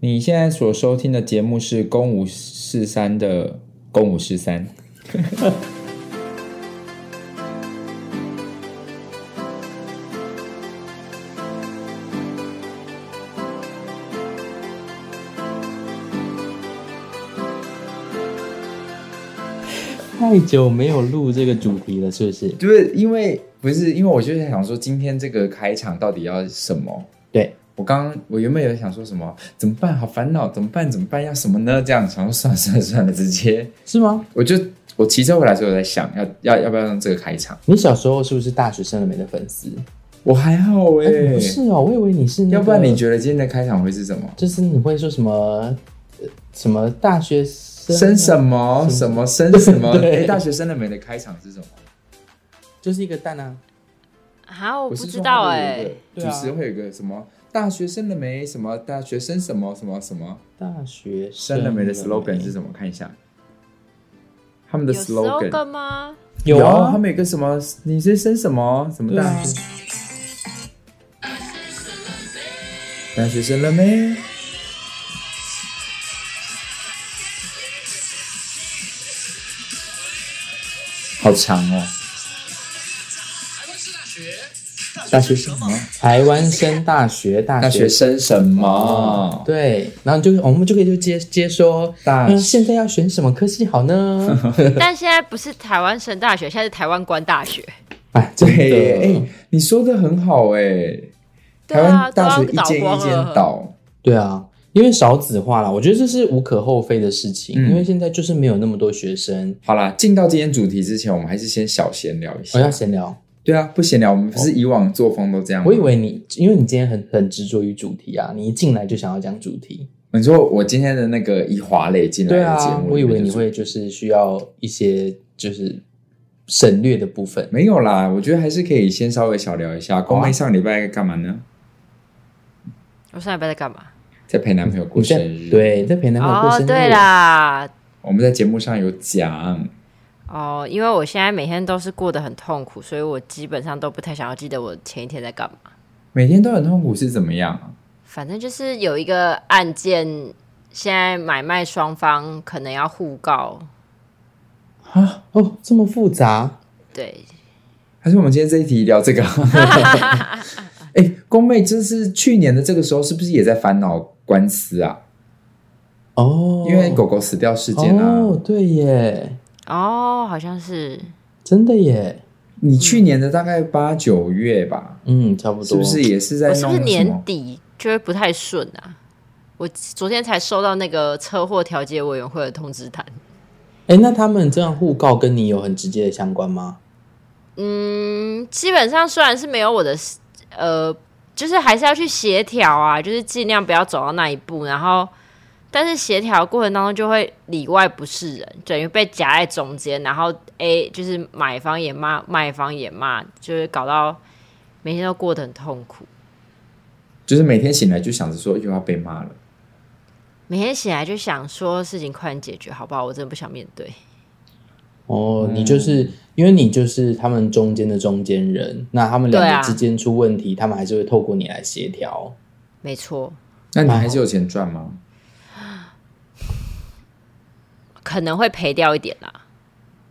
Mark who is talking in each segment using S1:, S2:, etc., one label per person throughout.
S1: 你现在所收听的节目是《公五四三》的《公五四三》。
S2: 太久没有录这个主题了，是不是？
S1: 就是因为不是因为我就是想说，今天这个开场到底要什么？
S2: 对，
S1: 我刚刚我原本有想说什么，怎么办？好烦恼，怎么办？怎么办？要什么呢？这样想说算了算了算了，直接
S2: 是吗？
S1: 我就我骑车回来的时候我在想，要要要不要用这个开场？
S2: 你小时候是不是大学生了没的粉丝？
S1: 我还好哎、
S2: 哎不是哦，我以为你是、那个
S1: 要不然你觉得今天的开场会是什么？
S2: 就是你会说什么呃什么大学生啊
S1: 生什么什么生什么？
S2: 对
S1: 哎，大学生了没的开场是什么？
S2: 就是一个蛋啊，
S3: 啊，我
S1: 我
S3: 不
S1: 是
S3: 知
S1: 说
S3: 道
S1: 它
S3: 哎、
S1: 会有一个
S2: 对
S1: 主
S2: 啊
S1: 持会有一个什么大学生了没？什么大学生什么什么什么
S2: 大学
S1: 生
S2: 了
S1: 了没的哎 slogan 是什么？看一下他们的
S3: 有 slogan
S1: slogan
S3: 吗？
S2: 有
S1: 啊，
S2: 啊
S1: 他，们有一个什么你是生什么什么
S2: 对
S1: 大
S2: 啊
S1: 学大学生了没？好长哦，大学生什么？
S2: 台湾升大学，大
S1: 大学生
S2: 学
S1: 啊什
S2: 哦
S1: 么？
S2: 对，然后你就我们就可以就接接说，
S1: 大
S2: 嗯，现在要选什么科系 好呢？
S3: 但现在不是台湾省大学，现在是台湾关大学。
S2: 哎，真的，
S1: 对，哎、你说的很好哎、
S3: 对
S1: 台
S3: 啊，
S1: 湾
S3: 都
S1: 大
S3: 要
S1: 学一
S3: 倒
S1: 间一
S3: 光
S1: 间
S3: 了。
S1: 倒，
S2: 对啊，因为少子化啦，我觉得这是无可厚非的事情，
S1: 嗯
S2: 因为现在就是没有那么多学生。
S1: 好啦，进到今天主题之前，我们还是先小闲聊一
S2: 我、
S1: 下。
S2: 要闲聊，
S1: 对啊，不闲聊，我们不是以往作风都这样吗。
S2: 我以为你，因为你今天很很执着于主题啊，你一进来就想要讲主题。
S1: 你说我今天的那个以华磊进来
S2: 对
S1: 的节
S2: 啊，
S1: 目
S2: 我
S1: 里面就是，
S2: 以为你会就是需要一些就是省略的部分。
S1: 没有啦。我觉得还是可以先稍微小聊一下。公妹上礼拜干嘛呢？
S3: 我上礼拜在干嘛？
S1: 在陪男朋友
S2: 我
S1: 过
S2: 们
S1: 生
S2: 在
S1: 日。，
S2: 对在陪
S1: 哎
S2: 男朋友过
S3: 哦
S2: 生，日，
S3: 对啦，
S1: 我们在节目上有讲，
S3: 哦，因为我现在每天都是过得很痛苦，所以我基本上都不太想要记得我前一天在干嘛。
S1: 每天都很痛苦是怎么样啊？
S3: 反正就是有一个案件，现在买卖双方可能要互告，
S2: 啊，哦，这么复杂，
S3: 对，
S1: 还是我们今天这一题聊 这个？哎、公妹，这是去年的这个时候，是不是也在烦恼官司啊？
S2: 哦，
S1: 因为狗狗死掉事件啊。
S2: 哦，对耶，
S3: 哦，好像是，
S2: 真的耶，
S1: 你去年的大概八九月吧，
S2: 嗯，差不多，
S1: 是不是也是在
S3: 我
S1: 弄
S3: 哦是
S1: 什
S3: 不
S1: 么？
S3: 是年底就会不太顺啊？我昨天才收到那个车祸调解委员会的通知单。
S2: 哎，那他们这样互告跟你有很直接的相关吗？
S3: 嗯，基本上虽然是没有我的事，呃，就是还是要去协调啊，就是尽量不要走到那一步。然后，但是协调过程当中就会里外不是人，等于被夹在中间。然后 A 就是买方也骂，卖方也骂，就是搞到每天都过得很痛苦。
S1: 就是每天醒来就想着说又要被骂了。
S3: 每天醒来就想说事情快点解决，好不好？我真的不想面对。
S2: 哦，
S3: 嗯
S2: 你就是因为你就是他们中间的中间人，那他们
S3: 对
S2: 两
S3: 啊
S2: 个之间出问题，他们还是会透过你来协调。
S3: 没错，
S1: 那你还是有钱赚吗？
S3: 可能会赔掉一点啦。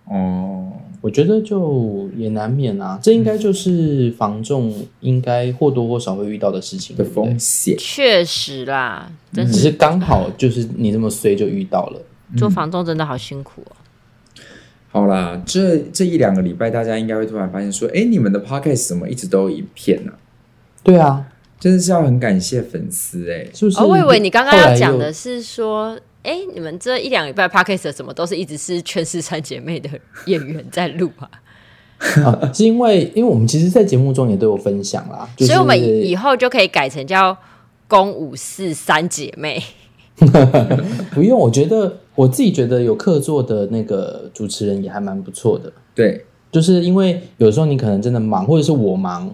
S1: 哦，
S2: 我觉得就也难免啊，这
S3: 嗯
S2: 应该就是房仲应该或多或少会遇到的事情，
S1: 的
S2: 对不对
S1: 风嗯险
S3: 确实啦，但
S2: 只
S3: 是
S2: 是刚好就是你这么衰就遇到了。
S3: 做房东真的好辛苦哦。
S1: 好啦，这这一两个礼拜，大家应该会突然发现说，哎，你们的 podcast 怎么一直都有影片呢、
S2: 对啊，
S1: 真的是要很感谢粉丝哎、
S2: 是嗯不是？
S3: 哦，我以为你刚刚
S2: 后来
S3: 要
S2: 又
S3: 讲的是说，哎、你们这一两礼拜 p o d c a s t 怎么都是一直是全十三姐妹的演员在录啊？
S2: 啊，是因为因为我们其实，在节目中也都有分享啦，就是、
S3: 所以我们以后就可以改成叫“公五四三姐妹
S2: 不用，我觉得我自己觉得有客座的那个主持人也还蛮不错的，
S1: 对，
S2: 就是因为有时候你可能真的忙，或者是我忙，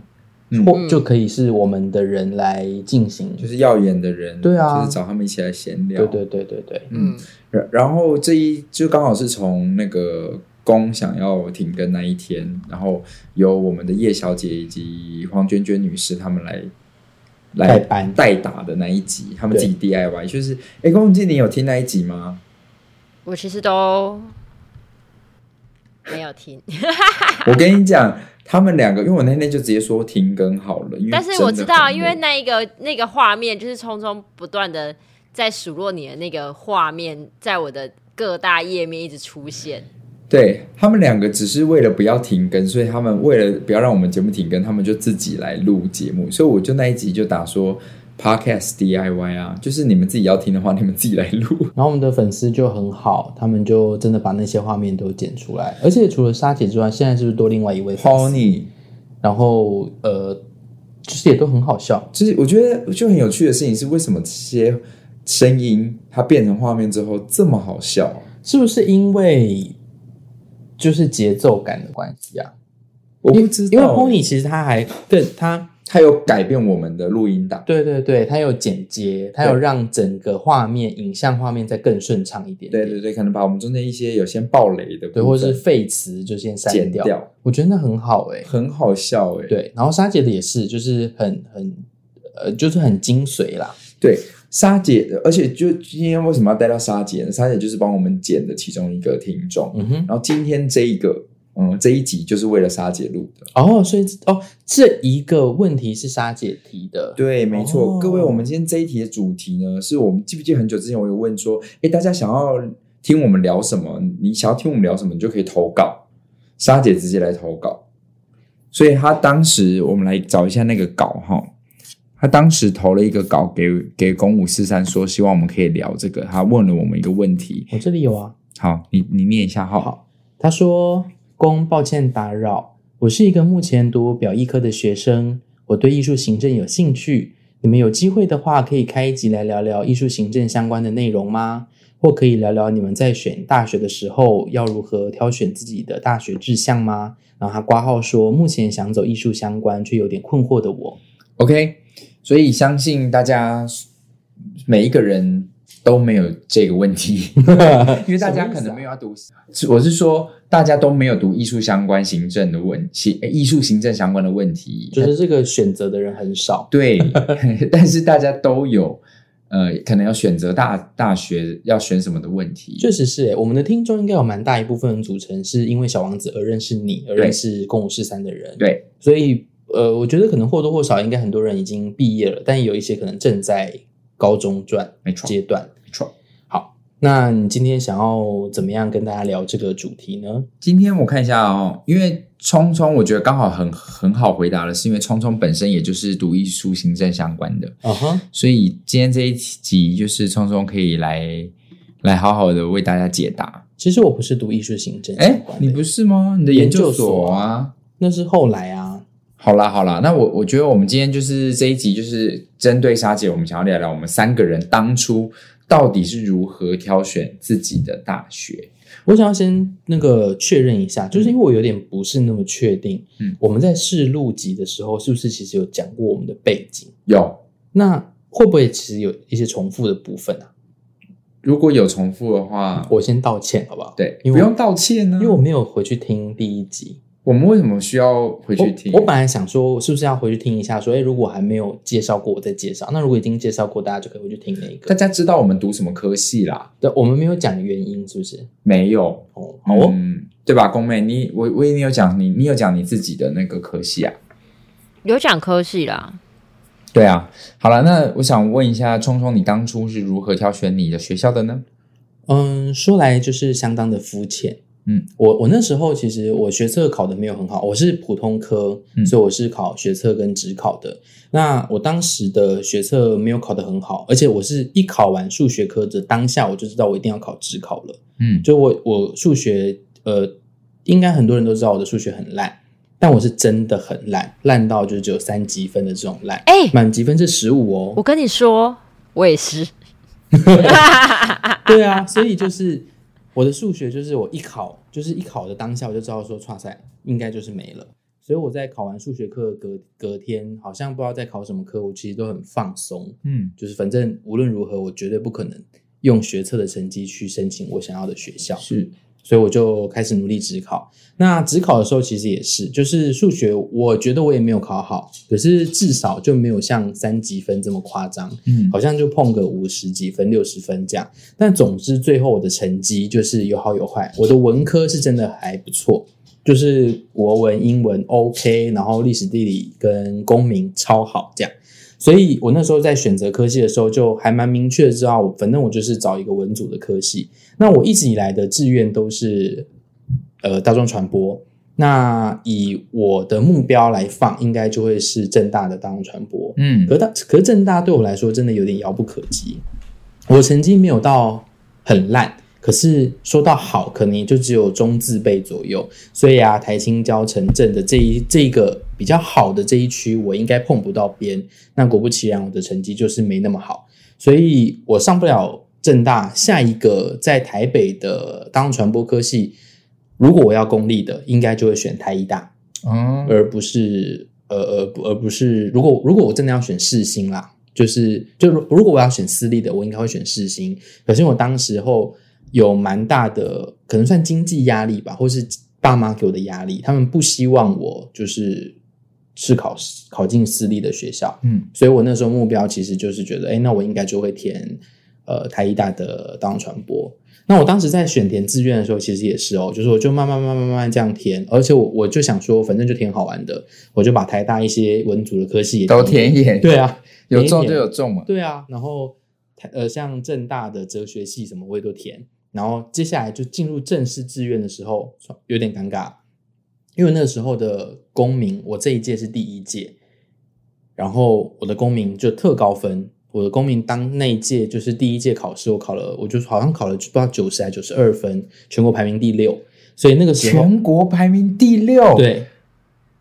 S1: 嗯
S2: 或就可以是我们的人来进行。
S1: 就是耀眼的人，
S2: 对啊
S1: 就是找他们一起来闲聊，
S2: 对对对对对，”。
S3: 嗯，
S1: 然然后这一就刚好是从那个公想要停更那一天，然后由我们的叶小姐以及黄娟娟女士她们来来
S2: 代班
S1: 代打的那一集，他们
S2: 对
S1: 自己 DIY，就是哎，宫崎骏，你有听那一集吗？
S3: 我其实都没有听，
S1: 我跟你讲，他们两个，因为我那天就直接说停更好了，因为
S3: 但是我
S1: 真的
S3: 知道，
S1: 很
S3: 因
S1: 累
S3: 为那一个那个画面就是匆匆不断的在数落你的那个画面，在我的各大页面一直出现。
S1: 对他们两个只是为了不要停更，所以他们为了不要让我们节目停更，他们就自己来录节目。所以我就那一集就打说 podcast DIY 啊，就是你们自己要听的话，你们自己来 录。
S2: 然后我们的粉丝就很好，他们就真的把那些画面都剪出来，而且除了沙姐之外，现在是不是多另外一位粉丝？
S1: Pony，
S2: 然后呃，就是也都很好笑，
S1: 就是我觉得就很有趣的事情是，为什么这些声音它变成画面之后这么好笑啊、
S2: 是不是因为就是节奏感的关系啊？
S1: 我不知道，
S2: 因为 Pony 其实他还更他
S1: 它有改变我们的录音档。
S2: 对对对，他有剪接，他有
S1: 对
S2: 让整个画面影像画面再更顺畅一点
S1: 对
S2: 点，
S1: 对对，可能把我们中间一些有些爆雷的部分
S2: 对，或者是废词就先删
S1: 剪
S2: 掉，我觉得那很好哎、
S1: 很好笑哎、
S2: 对，然后沙姐的也是，就是很很呃，就是很精髓啦。
S1: 对，沙姐，而且就今天为什么要带到沙姐呢？沙姐就是帮我们剪的其中一个听众，
S2: 嗯哼，
S1: 然后今天这一个，嗯，这一集就是为了沙姐录的。
S2: 哦，所以哦，这一个问题是沙姐提的，
S1: 对，没错，
S2: 哦
S1: 各位，我们今天这一题的主题呢，是我们记不记得很久之前我有问说，诶，大家想要听我们聊什么？你想要听我们聊什么，你就可以投稿。沙姐直接来投稿，所以她当时我们来找一下那个稿哈，她当时投了一个稿给给公五四三说，希望我们可以聊这个。她问了我们一个问题，
S2: 我这里有啊。
S1: 好，你你念一下哈。
S2: 好他说：“公，抱歉打扰，我是一个目前读表艺科的学生，我对艺术行政有兴趣。你们有机会的话，可以开一集来聊聊艺术行政相关的内容吗？或可以聊聊你们在选大学的时候要如何挑选自己的大学志向吗？”然后他挂号说：“目前想走艺术相关，却有点困惑的我。
S1: OK，所以相信大家每一个人都没有这个问 题，因为大家可能没有要读，是我是说大家都没有读艺术相关行政的问行呃艺术行政相关的问题，
S2: 就是这个选择的人很少。
S1: 对， 但是大家都有呃可能要选择大大学要选什么的问题，
S2: 确实是欸诶，我们的听众应该有蛮大一部分组成是因为小王子而认识你，而认识共五十三的人。
S1: 对，
S2: 所以呃，我觉得可能或多或少应该很多人已经毕业了，但有一些可能正在高中段
S1: 没错
S2: 阶段。
S1: 没错。
S2: 好，那你今天想要怎么样跟大家聊这个主题呢？
S1: 今天我看一下哦，因为聪聪，我觉得刚好很很好回答的是因为聪聪本身也就是读艺术行政相关的，
S2: 嗯哼，
S1: 所以今天这一集就是聪聪可以来来好好的为大家解答。
S2: 其实我不是读艺术行政相
S1: 哎，
S2: 关的，
S1: 你不是吗？你的研究所啊。
S2: 那是后来啊。
S1: 好啦好啦，那我我觉得我们今天就是这一集就是针对沙姐，我们想要聊聊我们三个人当初到底是如何挑选自己的大学。
S2: 我想要先那个确认一下，就是因为我有点不是那么确定，
S1: 嗯，
S2: 我们在试录集的时候，是不是其实有讲过我们的背景？
S1: 有，
S2: 那会不会其实有一些重复的部分啊？
S1: 如果有重复的话，
S2: 我先道歉好不好？，
S1: 啊对，
S2: 因
S1: 不
S2: 为我
S1: 用道歉呢、
S2: 因为我没有回去听第一集，
S1: 我们为什么需要回去听？
S2: 我我本来想说，我是不是要回去听一下？说，哎，如果我还没有介绍过，我再介绍。那如果已经介绍过，大家就可以回去听那一
S1: 大
S2: 个。
S1: 家知道我们读什么科系啦？
S2: 对，我们没有讲原因，是不是？
S1: 没有，
S2: 哦，好哦，
S1: 嗯，对吧，宫妹，你我我你有讲你你有讲你自己的那个科系啊？
S3: 有讲科系啦，
S1: 对啊，好了，那我想问一下，聪聪，你当初是如何挑选你的学校的呢？
S2: 嗯，说来就是相当的肤浅。
S1: 嗯，
S2: 我我那时候其实我学测考的没有很好，我是普通科，
S1: 嗯
S2: 所以我是考学测跟职考的。那我当时的学测没有考得很好，而且我是一考完数学科的当下，我就知道我一定要考职考了。
S1: 嗯，
S2: 就我我数学呃，应该很多人都知道我的数学很烂，但我是真的很烂，烂到就是只有三积分的这种烂，
S3: 哎、
S2: 满积分是十五哦。
S3: 我跟你说，我也是。
S2: 对啊，所以就是我的数学，就是我一考，就是一考的当下我就知道说，哇塞，应该就是没了。所以我在考完数学课隔隔天，好像不知道在考什么科，我其实都很放松，
S1: 嗯，
S2: 就是反正无论如何，我绝对不可能用学测的成绩去申请我想要的学校。
S1: 是，
S2: 所以我就开始努力职考。那职考的时候其实也是，就是数学，我觉得我也没有考好，可是至少就没有像三级分这么夸张，
S1: 嗯，
S2: 好像就碰个五十几分、六十分这样。但总之最后我的成绩就是有好有坏，我的文科是真的还不错。就是国文、英文 OK，然后历史、地理跟公民超好这样。所以我那时候在选择科系的时候，就还蛮明确的知道，我反正我就是找一个文组的科系。那我一直以来的志愿都是呃大众传播。那以我的目标来放，应该就会是正大的大众传播。
S1: 嗯
S2: 可是大可是正大对我来说真的有点遥不可及。我成绩没有到很烂，可是说到好，可能也就只有中字辈左右。所以啊，台青交城镇的这一这一个比较好的这一区，我应该碰不到边。那果不其然，我的成绩就是没那么好，所以我上不了正大。下一个在台北的当传播科系，如果我要公立的，应该就会选台医大。
S1: 哦，
S2: 而不是呃呃不而不是如果如果我真的要选世新啦，就是就如如果我要选私立的，我应该会选世新。可是我当时候有蛮大的，可能算经济压力吧，或是爸妈给我的压力，他们不希望我就是是考考进私立的学校，
S1: 嗯
S2: 所以我那时候目标其实就是觉得，哎，那我应该就会填呃台医大的大众传播。那我当时在选填志愿的时候，其实也是哦，就是我就慢慢慢慢慢慢这样填，而且我我就想说，反正就填好玩的，我就把台大一些文组的科系也
S1: 都填一眼，
S2: 对啊，
S1: 有
S2: 填一
S1: 中就
S2: 填
S1: 有中嘛，
S2: 对啊，然后台呃像正大的哲学系什么我也都填，然后接下来就进入正式志愿的时候有点尴尬，因为那时候的公民我这一届是第一届，然后我的公民就特高分。我的公民当那一届就是第一届考试，我考了，我就好像考了不知道九十还九十二分，全国排名第六，所以那个时候
S1: 全国排名第六，
S2: 对，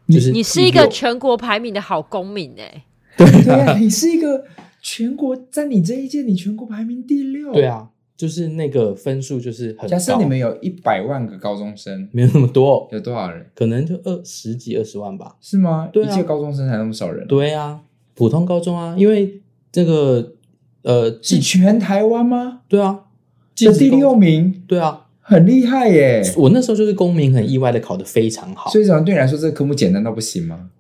S2: 就是
S3: 你是
S2: 第
S3: 一个
S2: 六
S3: 全国排名的好公民哎、
S1: 对 啊，你是一个全国，在你这一届你全国排名第六，
S2: 对，啊，就是那个分数就是很高，
S1: 假设你们有一百万个高中生，
S2: 没有那么 多，
S1: 有多少人？
S2: 可能就二十几二十万吧。
S1: 是吗？
S2: 对啊
S1: 一届高中生才那么少人，，
S2: 对啊，普通高中啊，因为这个呃，
S1: 是
S2: 技
S1: 全台湾吗？
S2: 对啊，技
S1: 这
S2: 职
S1: 第
S2: 高
S1: 六名，
S2: 对啊，
S1: 很厉害耶！
S2: 我那时候就是公民很意外的考得非常好
S1: 所，以，讲对你来说，这个科目简单到不行吗？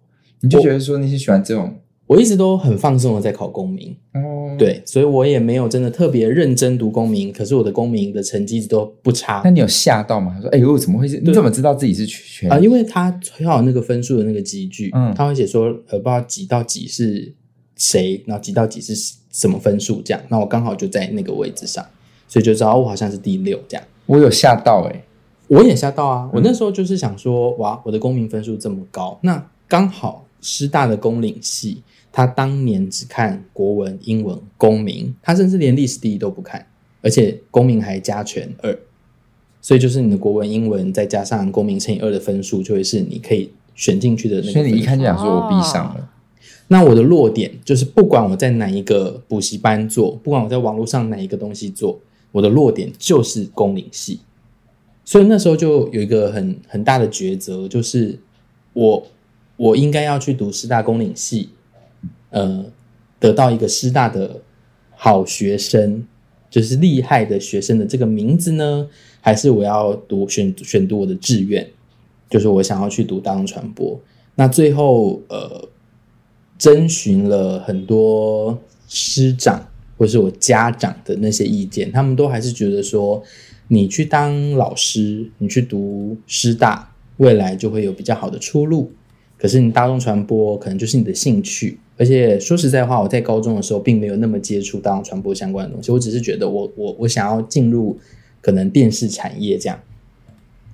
S1: 你就觉得说你是喜欢这种
S2: 我一直都很放松的在考公民，
S1: 哦？，
S2: 对，所以我也没有真的特别认真读公民，可是我的公民的成绩一直都不差
S1: 那。你有吓到吗？他说：“哎呦，怎么会是？你
S2: 对
S1: 怎么知道自己是全？”
S2: 啊、因为他要有那个分数的那个集聚，
S1: 嗯
S2: 他会写说，呃，不知道几到几是谁，然后几到几是什么分数这样。那我刚好就在那个位置上，所以就知道哦我好像是第六这样。
S1: 我有吓到哎，
S2: 我也吓到
S1: 嗯
S2: 啊！我那时候就是想说，哇，我的公民分数这么高，那刚好师大的公领系，他当年只看国文、英文、公民，他甚至连历史地理都不看，而且公民还加权二，所以就是你的国文、英文再加上公民乘以二的分数，就会是你可以选进去的那个
S1: 所
S2: 分
S1: 以
S2: 数。啊
S1: 你一看就想说我必上了。
S2: 那我的弱点就是，不管我在哪一个补习班做，不管我在网络上哪一个东西做，我的弱点就是工龄系。所以那时候就有一个很很大的抉择，就是我我应该要去读师大工龄系，呃，得到一个师大的好学生，就是厉害的学生的这个名字呢，还是我要读选选读我的志愿，就是我想要去读大众传播。那最后呃，征询了很多师长或是我家长的那些意见，他们都还是觉得说，你去当老师，你去读师大，未来就会有比较好的出路。可是你大众传播可能就是你的兴趣，而且说实在话，我在高中的时候并没有那么接触大众传播相关的东西，我只是觉得我我我想要进入可能电视产业这样，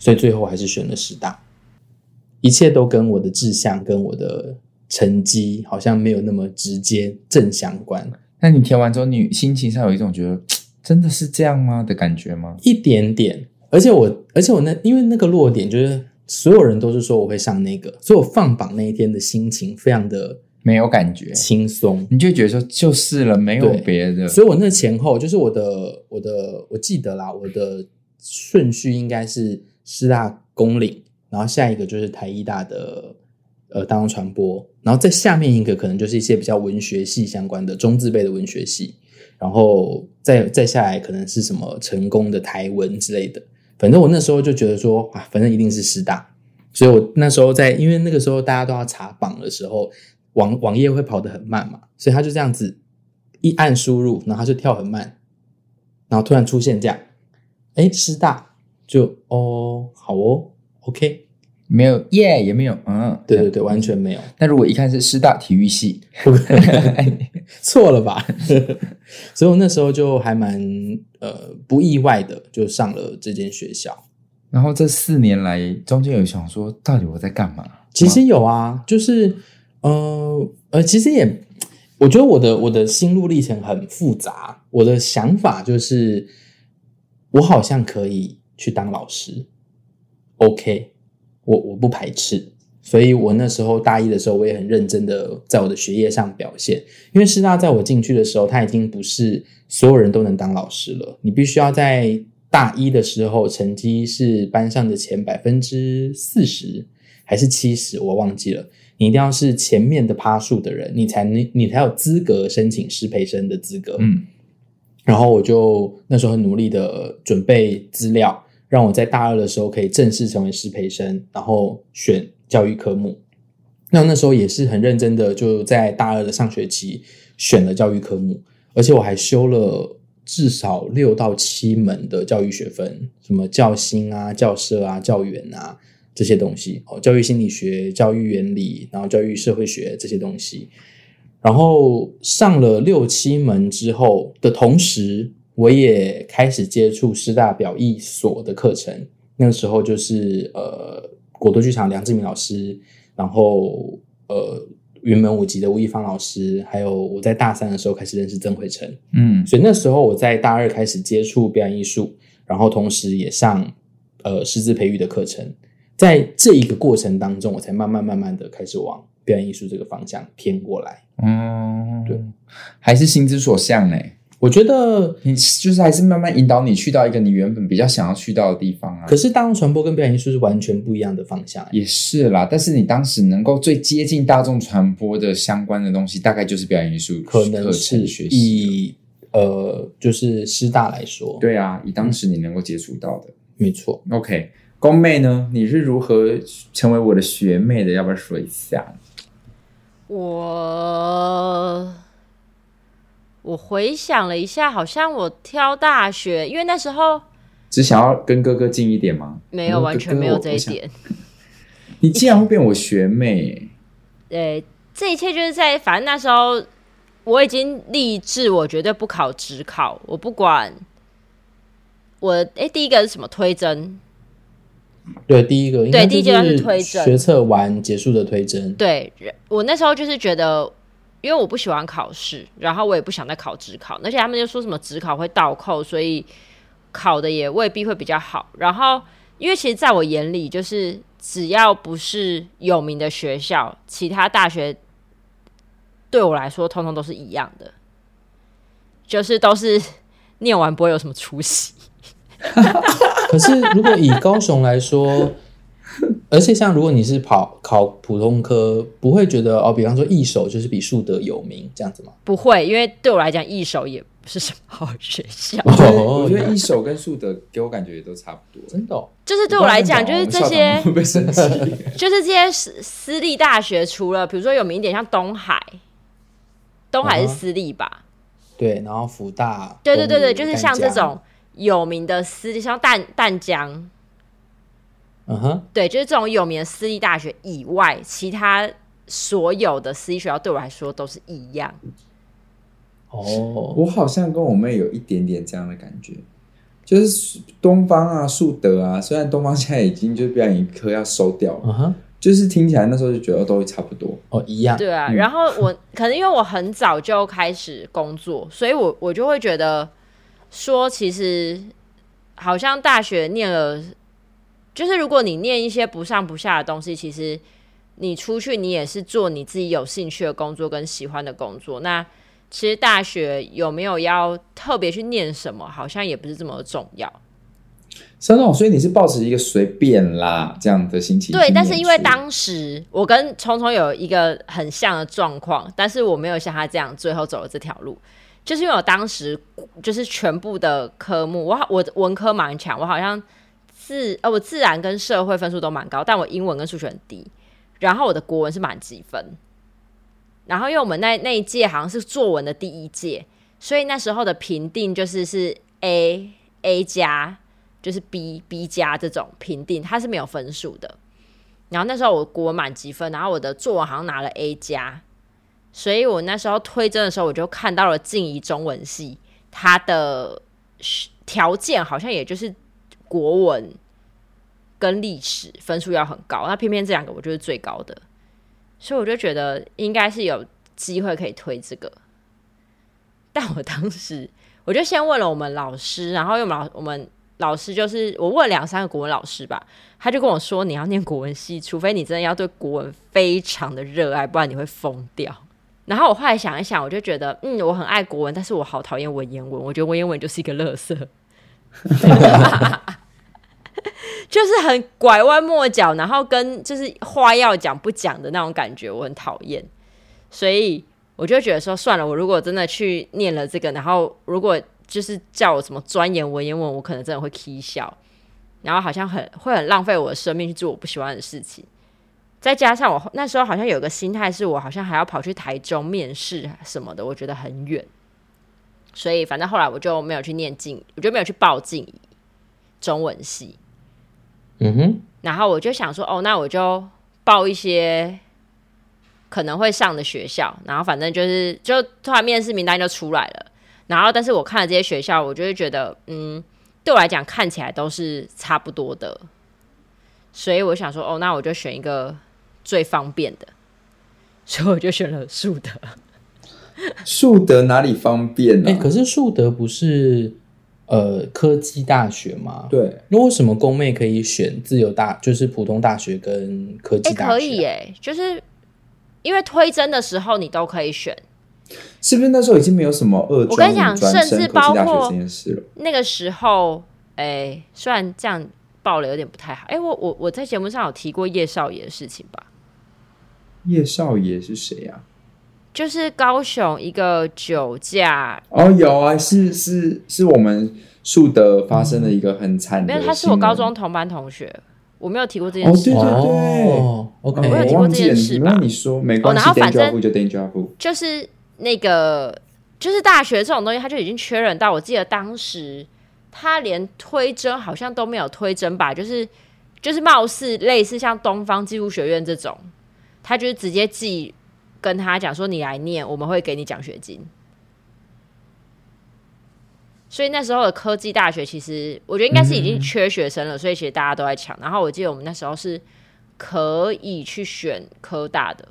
S2: 所以最后还是选了师大。一切都跟我的志向跟我的成绩好像没有那么直接正相关，
S1: 那你填完之后，你心情上有一种觉得嘖真的是这样吗的感觉吗？
S2: 一点点。而且我，而且我那因为那个落点就是所有人都是说我会上那个，所以我放榜那一天的心情非常的
S1: 没有感觉，
S2: 轻松。
S1: 你就觉得说就是了，没有
S2: 对
S1: 别的。
S2: 所以我那前后就是我的我的我记得啦，我的顺序应该是师大公领，然后下一个就是台医大的呃大众传播，然后再下面一个可能就是一些比较文学系相关的中字辈的文学系，然后再再下来可能是什么成功的台文之类的，反正我那时候就觉得说啊，反正一定是师大，所以我那时候在，因为那个时候大家都要查榜的时候，网网页会跑得很慢嘛，所以他就这样子一按输入，然后他就跳很慢，然后突然出现这样，哎，师大就哦，好哦，OK，
S4: 没有耶也没有，嗯，
S2: 对对对，完全没有，
S4: 那如果一看是师大体育系，
S2: 错了吧？ 所以我那时候就还蛮呃不意外的，就上了这间学校。
S4: 然后这四年来中间有想说到底我在干嘛？
S2: 其实有啊，就是呃呃，其实也，我觉得我的我的心路历程很复杂。我的想法就是，我好像可以去当老师，OK，我我不排斥。所以我那时候大一的时候，我也很认真的在我的学业上表现。因为师大在我进去的时候，他已经不是所有人都能当老师了，你必须要在大一的时候成绩是班上的前百分之四十还是七十，我忘记了。你一定要是前面的趴数的人，你才能你才有资格申请师培生的资格。
S4: 嗯，
S2: 然后我就那时候很努力的准备资料，让我在大二的时候可以正式成为师培生，然后选教育科目。那那时候也是很认真的，就在大二的上学期选了教育科目，而且我还修了至少六到七门的教育学分，什么教心啊、教社啊、教员啊这些东西，哦，教育心理学、教育原理，然后教育社会学这些东西。然后上了六七门之后的同时，我也开始接触师大表艺所的课程。那时候就是呃，果多剧场梁志明老师，然后呃，云门舞集的吴亦芳老师，还有我在大三的时候开始认识曾慧成，
S4: 嗯，
S2: 所以那时候我在大二开始接触表演艺术，然后同时也上呃师资培育的课程。在这一个过程当中，我才慢慢慢慢的开始往表演艺术这个方向偏过来。
S4: 哦，
S2: 对，
S4: 还是心之所向呢、
S2: 我觉得，
S4: 你就是还是慢慢引导你去到一个你原本比较想要去到的地方啊。
S2: 可是大众传播跟表演艺术是完全不一样的方向、欸。
S4: 也是啦，但是你当时能够最接近大众传播的相关的东西，大概就是表演艺术
S2: 可能
S4: 课
S2: 是
S4: 程学习了。
S2: 以呃，就是师大来说，，
S4: 对啊，以当时你能够接触到的。
S2: 没错。
S4: OK，宫妹呢？你是如何成为我的学妹的？要不要说一下？
S3: 我我回想了一下，好像我挑大学，因为那时候
S4: 只想要跟哥哥近一点吗？
S3: 没有
S4: 嗯
S3: 完全
S4: 哥哥
S3: 没有
S4: 我
S3: 这
S4: 我
S3: 一
S4: 想
S3: 点。
S4: 你竟然会变我学妹，
S3: 对，呃这一切就是在反正那时候我已经立志，我绝对不考职考，我不管。我哎，第一个是什么推甄？
S2: 对，第一个应该
S3: 对第一阶段是推甄
S2: 学测完结束的推甄。
S3: 对我那时候就是觉得，因为我不喜欢考试，然后我也不想再考职考，而且他们就说什么职考会倒扣，所以考的也未必会比较好。然后，因为其实在我眼里，就是只要不是有名的学校，其他大学对我来说，通通都是一样的，就是都是 念完不会有什么出息。
S2: 可是如果以高雄来说，而且像如果你是跑考普通科，不会觉得哦，比方说一手就是比树德有名这样子吗？
S3: 不会，因为对我来讲，一手也不是什么好学校。
S4: 我觉得
S2: 哦
S4: 我觉得一手跟树德给我感觉也都差不多。
S2: 真的哦、
S3: 就是对我来讲，就是这些。
S4: 会被生气。
S3: 就是这些私私立大学，除了比如说有名一点，像东海，东海是私立吧？
S2: 对，然后福大，
S3: 对对对
S2: 国
S3: 对，
S2: 立
S3: 就是像这，
S2: 淡江
S3: 种有名的私立，像淡淡江，
S2: 嗯哼，
S3: 对，就是这种有名的私立大学以外，其他所有的私立学校对我来说都是一样。
S2: 哦，
S1: 我好像跟我妹有一点点这样的感觉，就是东方啊、树德啊，虽然东方现在已经就表演一科要收掉了，
S2: 嗯哼，
S1: 就是听起来那时候就觉得都差不多。
S2: 哦，一样，
S3: 对啊，
S1: 嗯
S3: 然后我可能因为我很早就开始工作，所以我我就会觉得说，其实好像大学念了，就是如果你念一些不上不下的东西，其实你出去你也是做你自己有兴趣的工作跟喜欢的工作。那其实大学有没有要特别去念什么，好像也不是这么重要。
S1: 三总，所以你是抱持一个随便啦这样的心情去念
S3: 对，
S1: 书。
S3: 但是因为当时我跟聪聪有一个很像的状况，但是我没有像他这样最后走了这条路，就是因为我当时就是全部的科目，我好我文科蛮强，我好像自呃我自然跟社会分数都蛮高，但我英文跟数学很低，然后我的国文是满积分。然后因为我们那那一届好像是作文的第一届，所以那时候的评定就是是 A A 加，就是 B B 加这种评定，它是没有分数的。然后那时候我国文满积分，然后我的作文好像拿了 A 加，所以我那时候推甄的时候，我就看到了静怡中文系它的条件好像也就是国文跟历史分数要很高，那偏偏这两个我就是最高的，所以我就觉得应该是有机会可以推这个。但我当时 我就先问了我们老师，然后又老我们老师就是我问两三个国文老师吧，他就跟我说你要念国文系，除非你真的要对国文非常的热爱，不然你会疯掉。然后我后来想一想，我就觉得，嗯，我很爱国文，但是我好讨厌文言文，我觉得文言文就是一个垃圾， 就是很拐弯抹角，然后跟就是话要讲不讲的那种感觉，我很讨厌。所以我就觉得说，算了，我如果真的去念了这个，然后如果就是叫我什么钻研文言文，我可能真的会 k 笑，然后好像很会很浪费我的生命去做我不喜欢的事情。再加上我那时候好像有个心态，是我好像还要跑去台中面试什么的，我觉得很远，所以反正后来我就没有去念进，我就没有去报进中文系。
S2: 嗯哼，
S3: 然后我就想说，哦，那我就报一些可能会上的学校，然后反正就是就突然面试名单就出来了，然后但是我看了这些学校，我就会觉得，嗯，对我来讲看起来都是差不多的，所以我想说，哦，那我就选一个最方便的， 所以我就选了树德。
S1: 树德哪里方便呢、啊
S3: 嗯
S2: 哎、可是树德不是呃科技大学吗？
S1: 对，
S2: 那为什么工妹可以选自由大，就是普通大学跟科
S3: 哎、
S2: 技大学啊？
S3: 可以哎、就是因为推甄的时候你都可以选，
S1: 是不是那时候已经没有什么二
S3: 我跟
S1: 专、
S3: 你讲
S1: 五专
S3: 甚
S1: 升科
S3: 至
S1: 技大
S3: 包括
S1: 学这件事了？
S3: 那个时候，哎、虽然这样爆了有点不太好，哎、我我我在节目上有提过叶少爷的事情吧？
S1: 叶少爷是谁啊？
S3: 就是高雄一个酒驾，
S1: 哦，有啊，是是是我们树德发生了一个很惨的
S3: 嗯
S1: 新
S3: 没
S1: 闻，
S3: 有，他是我高中同班同学，我没有提过这件
S1: 哦
S3: 事。
S1: 对
S2: 哦，OK，
S3: 我有提
S1: 我
S3: 过
S1: 忘
S3: 这
S1: 记
S3: 件
S1: 了，
S3: 事吧哦
S1: 那你说没关系
S3: 然后反
S1: ，danger
S3: 正
S1: vu 就 danger vu，
S3: 就是那个，就是大学这种东西，他就已经确认到，我记得当时他连推甄好像都没有推甄吧，就是就是貌似类似像东方技术学院这种，他就是直接寄跟他讲说你来念，我们会给你奖学金。所以那时候的科技大学，其实我觉得应该是已经缺学生了，所以其实大家都在抢。然后我记得我们那时候是可以去选科大的，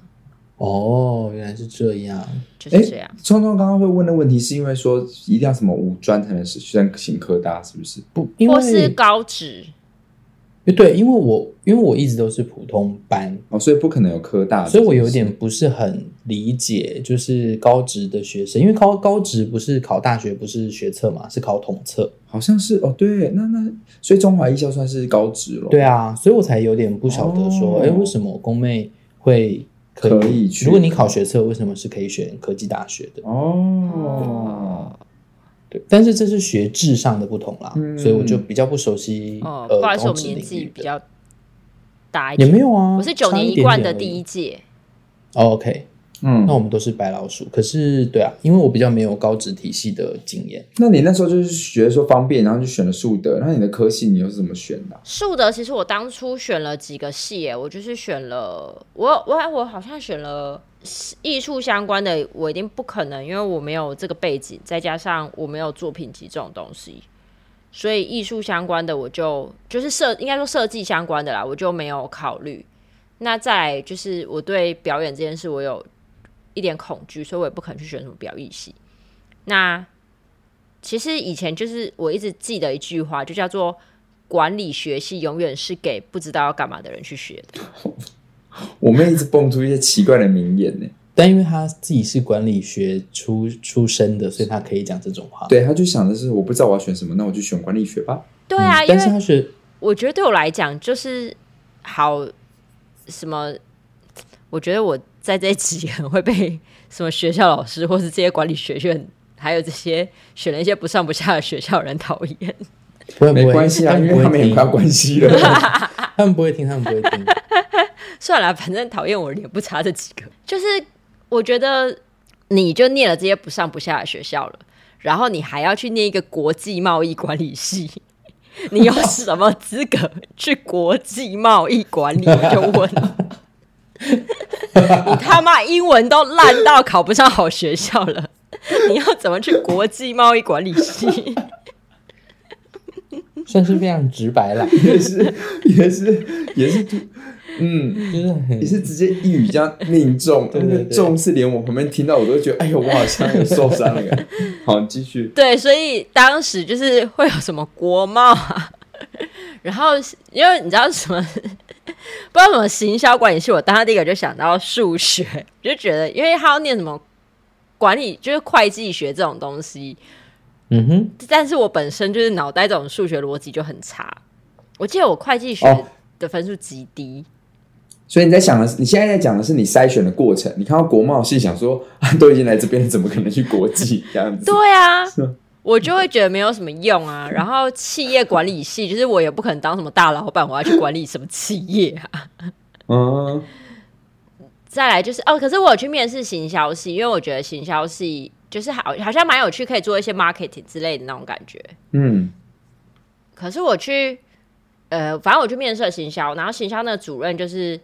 S2: 哦，原来是这样。
S3: 就是这样。
S1: 聪聪刚刚会问的问题是因为说一定要什么五专才能是申请科大，是不是？
S2: 不，因
S3: 或是
S2: 为
S3: 高职，
S2: 对，因为我因为我一直都是普通班，
S1: 哦，所以不可能有科大，
S2: 所以我有
S1: 是不
S2: 点不是很理解，就是高职的学生，因为高高职不是考大学，不是学测嘛，是考统测。
S1: 是好像是哦，对，那那所以中华艺校算是高职了，
S2: 对，啊，所以我才有点不晓得说，
S1: 哦
S2: 哎、为什么工妹会可以？
S1: 可以去
S2: 如果你考学测，为什么是可以选科技大学的？
S1: 哦，
S2: 对，但是这是学制上的不同啦，
S1: 嗯
S2: 所以我就比较不熟悉。
S3: 哦，
S2: 呃，
S3: 不好意思，
S2: 高
S3: 我
S2: 职
S3: 们年纪
S2: 领域
S3: 比较大一
S2: 也
S3: 点。
S2: 没有啊，
S3: 我是九
S2: 差
S3: 年
S2: 一
S3: 一贯的
S2: 点点而
S3: 第
S2: 已
S3: 一届，
S2: 哦 OK，
S1: 嗯
S2: 那，我们都是白老鼠。可是，对啊，因为我比较没有高职体系的经验，
S1: 那你那时候就是觉得说方便，然后就选了树德，那你的科系你又是怎么选的啊？
S3: 树德其实我当初选了几个系耶，我就是选了我我我好像选了艺术相关的，我一定不可能，因为我没有这个背景，再加上我没有作品集这种东西，所以艺术相关的我就就是设应该说设计相关的啦，我就没有考虑。那再来就是我对表演这件事我有一点恐惧，所以我也不肯去选什么表演系。那其实以前就是我一直记得一句话，就叫做管理学系永远是给不知道要干嘛的人去学
S2: 嗯
S3: 的。
S1: 我妹一直蹦出一些奇怪的名言呢，
S2: 但因为他自己是管理学出出身的，所以他可以讲这种话。
S1: 对，她就想的是我不知道我要选什么，那我就选管理学吧。
S3: 对
S2: 嗯
S3: 啊，因
S2: 但是
S3: 为
S2: 他学
S3: 我觉得对我来讲就是好什么，我觉得我在这一集很会被什么学校老师或是这些管理学院。还有这些选了一些不上不下的学校的人讨厌，
S2: 不会不
S1: 没
S2: 会，
S1: 关系啊，因为
S2: 不
S1: 他
S2: 会
S1: 们也
S2: 听
S1: 快要关系了。
S2: 他们不会听，他们不会听。
S3: 算了，反正讨厌我的也不差这几个。就是我觉得你就念了这些不上不下的学校了，然后你还要去念一个国际贸易管理系，你有什么资格去国际贸易管理？我就问。你他妈英文都烂到考不上好学校了，你要怎么去国际贸易管理系？
S2: 算是非常直白 啦，
S1: 也是也是也是，嗯，
S2: 就是很
S1: 也是直接一语这样命中，
S2: 对对对
S1: 中是连我旁边听到我都觉得，哎呦，我好像有受伤了 感觉。好，你继续。
S3: 对，所以当时就是会有什么国贸啊， 然后因为你知道什么， 不知道什么行销管理系，我当时第一个就想到数学，就觉得因为他要念什么管理，就是会计学这种东西，
S2: 嗯哼，
S3: 但是我本身就是脑袋这种数学逻辑就很差，我记得我会计学
S1: 哦
S3: 的分数极低，
S1: 所以你在想的是，你现在在讲的是你筛选的过程。你看到国贸系，想说啊，都已经来这边了，怎么可能去国际这样子？
S3: 对啊
S1: 是啊。
S3: 我就会觉得没有什么用啊，然后企业管理系就是我也不可能当什么大老板，我要去管理什么企业啊。
S1: 嗯，
S3: 再来就是哦，可是我有去面试行销系，因为我觉得行销系就是好好像蛮有趣，可以做一些 marketing 之类的那种感觉。
S1: 嗯，
S3: 可是我去呃，反正我去面试了行销，然后行销那个主任就是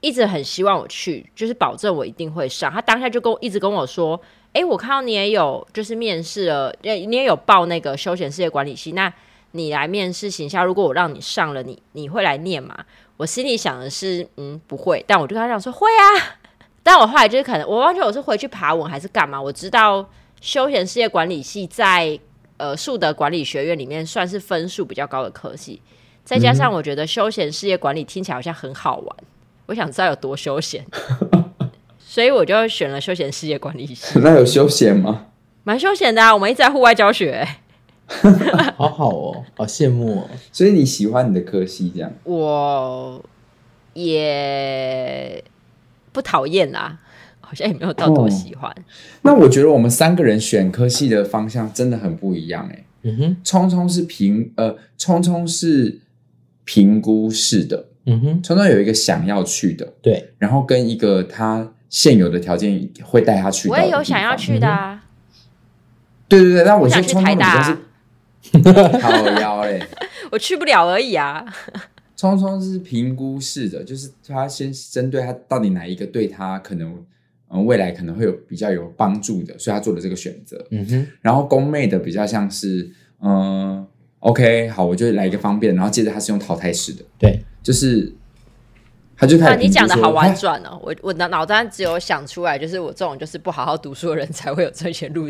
S3: 一直很希望我去，就是保证我一定会上。他当下就跟我一直跟我说：“哎、我看到你也有就是面试了，呃你也有报那个休闲事业管理系，那你来面试行销，如果我让你上了，你你会来念吗？”我心里想的是，嗯，不会。但我就跟他讲说会啊。 但我后来就是可能我忘记我是回去爬文还是干嘛，我知道休闲事业管理系在呃树德管理学院里面算是分数比较高的科系，再加上我觉得休闲事业管理听起来好像很好玩，我想知道有多休闲，所以我就选了休闲事业管理系，
S1: 那有休闲吗？
S3: 蛮休闲的啊。我们一直在户外教学、欸
S2: 好好哦，好羡慕哦。
S1: 所以你喜欢你的科系这样？
S3: 我也不讨厌啦，好像也没有到多喜欢。
S1: 那我觉得我们三个人选科系的方向真的很不一样哎、
S2: 嗯哼，
S1: 聪聪是评呃，聪聪是评估式的，
S2: 嗯哼，
S1: 聪聪有一个想要去的，
S2: 对，
S1: 然后跟一个他现有的条件会带他去。
S3: 我也有想要。去的啊，
S1: 对对对，但我
S3: 我
S1: 先
S3: 想去
S1: 冲冲
S3: 台
S1: 比
S3: 大
S1: 较
S3: 啊
S1: 是 靠腰嘞。
S3: 我去不了而已啊。
S1: 冲冲是评估式的，就是他先针对他到底哪一个对他可能，嗯，未来可能会有比较有帮助的，所以他做了这个选择。
S2: 嗯哼，
S1: 然后宫妹的比较像是，嗯，OK，好，我就来一个方便，然后接着他是用淘汰式的，
S2: 对，
S1: 就是他就开
S3: 啊，
S1: 始
S3: 你
S1: 评估
S3: 讲的
S1: 说
S3: 好婉
S1: 哎
S3: 转哦，我我脑脑袋只有想出来，就是我这种就是不好好读书的人才会有这些路，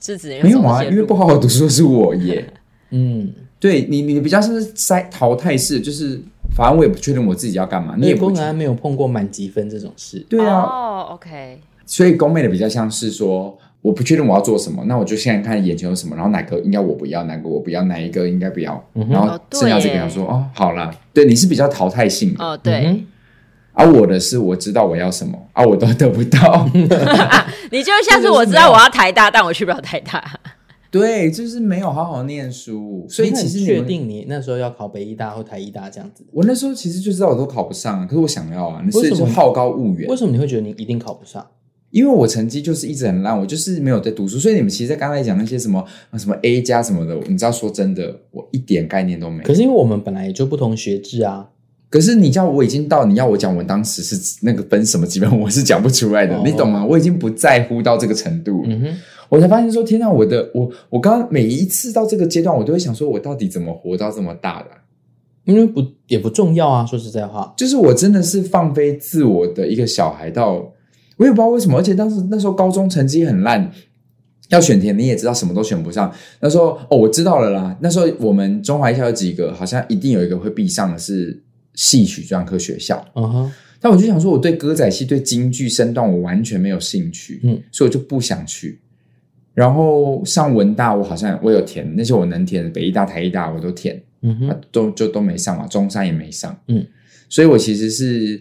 S3: 是只能
S1: 没有
S3: 走这
S1: 啊，
S3: 些
S1: 因为
S3: 路
S1: 不好好读书的是我耶。
S2: 嗯，
S1: 对你，你比较像是筛淘汰式，就是反正我也不确定我自己要干嘛，你
S2: 因
S1: 也
S2: 为
S1: 不
S2: 公
S1: 确
S2: 安没有碰过满积分这种事。
S1: 对啊，
S3: 哦，OK，
S1: 所以公妹的比较像是说，我不确定我要做什么，那我就现在看眼前有什么，然后哪个应该我不要，哪个我不要，哪一个应该不要，
S2: 嗯哼
S1: 然后
S3: 哦对
S1: 剩下这个
S3: 耶
S1: 想说哦，好啦，对，你是比较淘汰性的，
S3: 哦，对，
S2: 嗯
S1: 而、我的是我知道我要什么，啊，我都得不 到，
S3: 你就像是我知
S1: 啊
S3: 道我要台大，但我去不了台大。
S1: 对，就是没有好好念书，所以
S2: 你很
S1: 其实你
S2: 确
S1: 们。
S2: 定你那时候要考北医大或台医大这样子，
S1: 我那时候其实就知道我都考不上，可是我想要啊，所
S2: 为
S1: 以
S2: 什
S1: 就
S2: 么
S1: 好高骛远
S2: 为。什么你会觉得你一定考不上？
S1: 因为我成绩就是一直很烂，我就是没有在读书，所以你们其实在刚才讲那些什么啊什么 A 加什么的，你知道，说真的，我一点概念都没有。
S2: 可是因为我们本来也就不同学制啊，
S1: 可是你叫我已经到你要我讲我当时是那个分什么几分，我是讲不出来的，
S2: 哦
S1: 你懂吗？我已经不在乎到这个程度，
S2: 嗯哼，
S1: 我才发现说，天啊哪，我的我我刚刚每一次到这个阶段，我都会想说，我到底怎么活到这么大的啊、
S2: 因为不也不重要啊，说实在话，
S1: 就是我真的是放飞自我的一个小孩到，我也不知道为什么，而且当时那时候高中成绩很烂，要选填你也知道什么都选不上。那时候哦，我知道了啦。那时候我们中华一校有几个，好像一定有一个会必上的是戏曲专科学校。
S2: 嗯哼，
S1: 但我就想说，我对歌仔戏、对京剧、身段我完全没有兴趣，
S2: 嗯
S1: 嗯，所以我就不想去。然后上文大，我好像我有填那些我能填的，北医大、台医大我都填，
S2: 嗯
S1: 啊
S2: 哼，、
S1: 都就都没上嘛，中山也没上，
S2: 嗯，
S1: 所以我其实是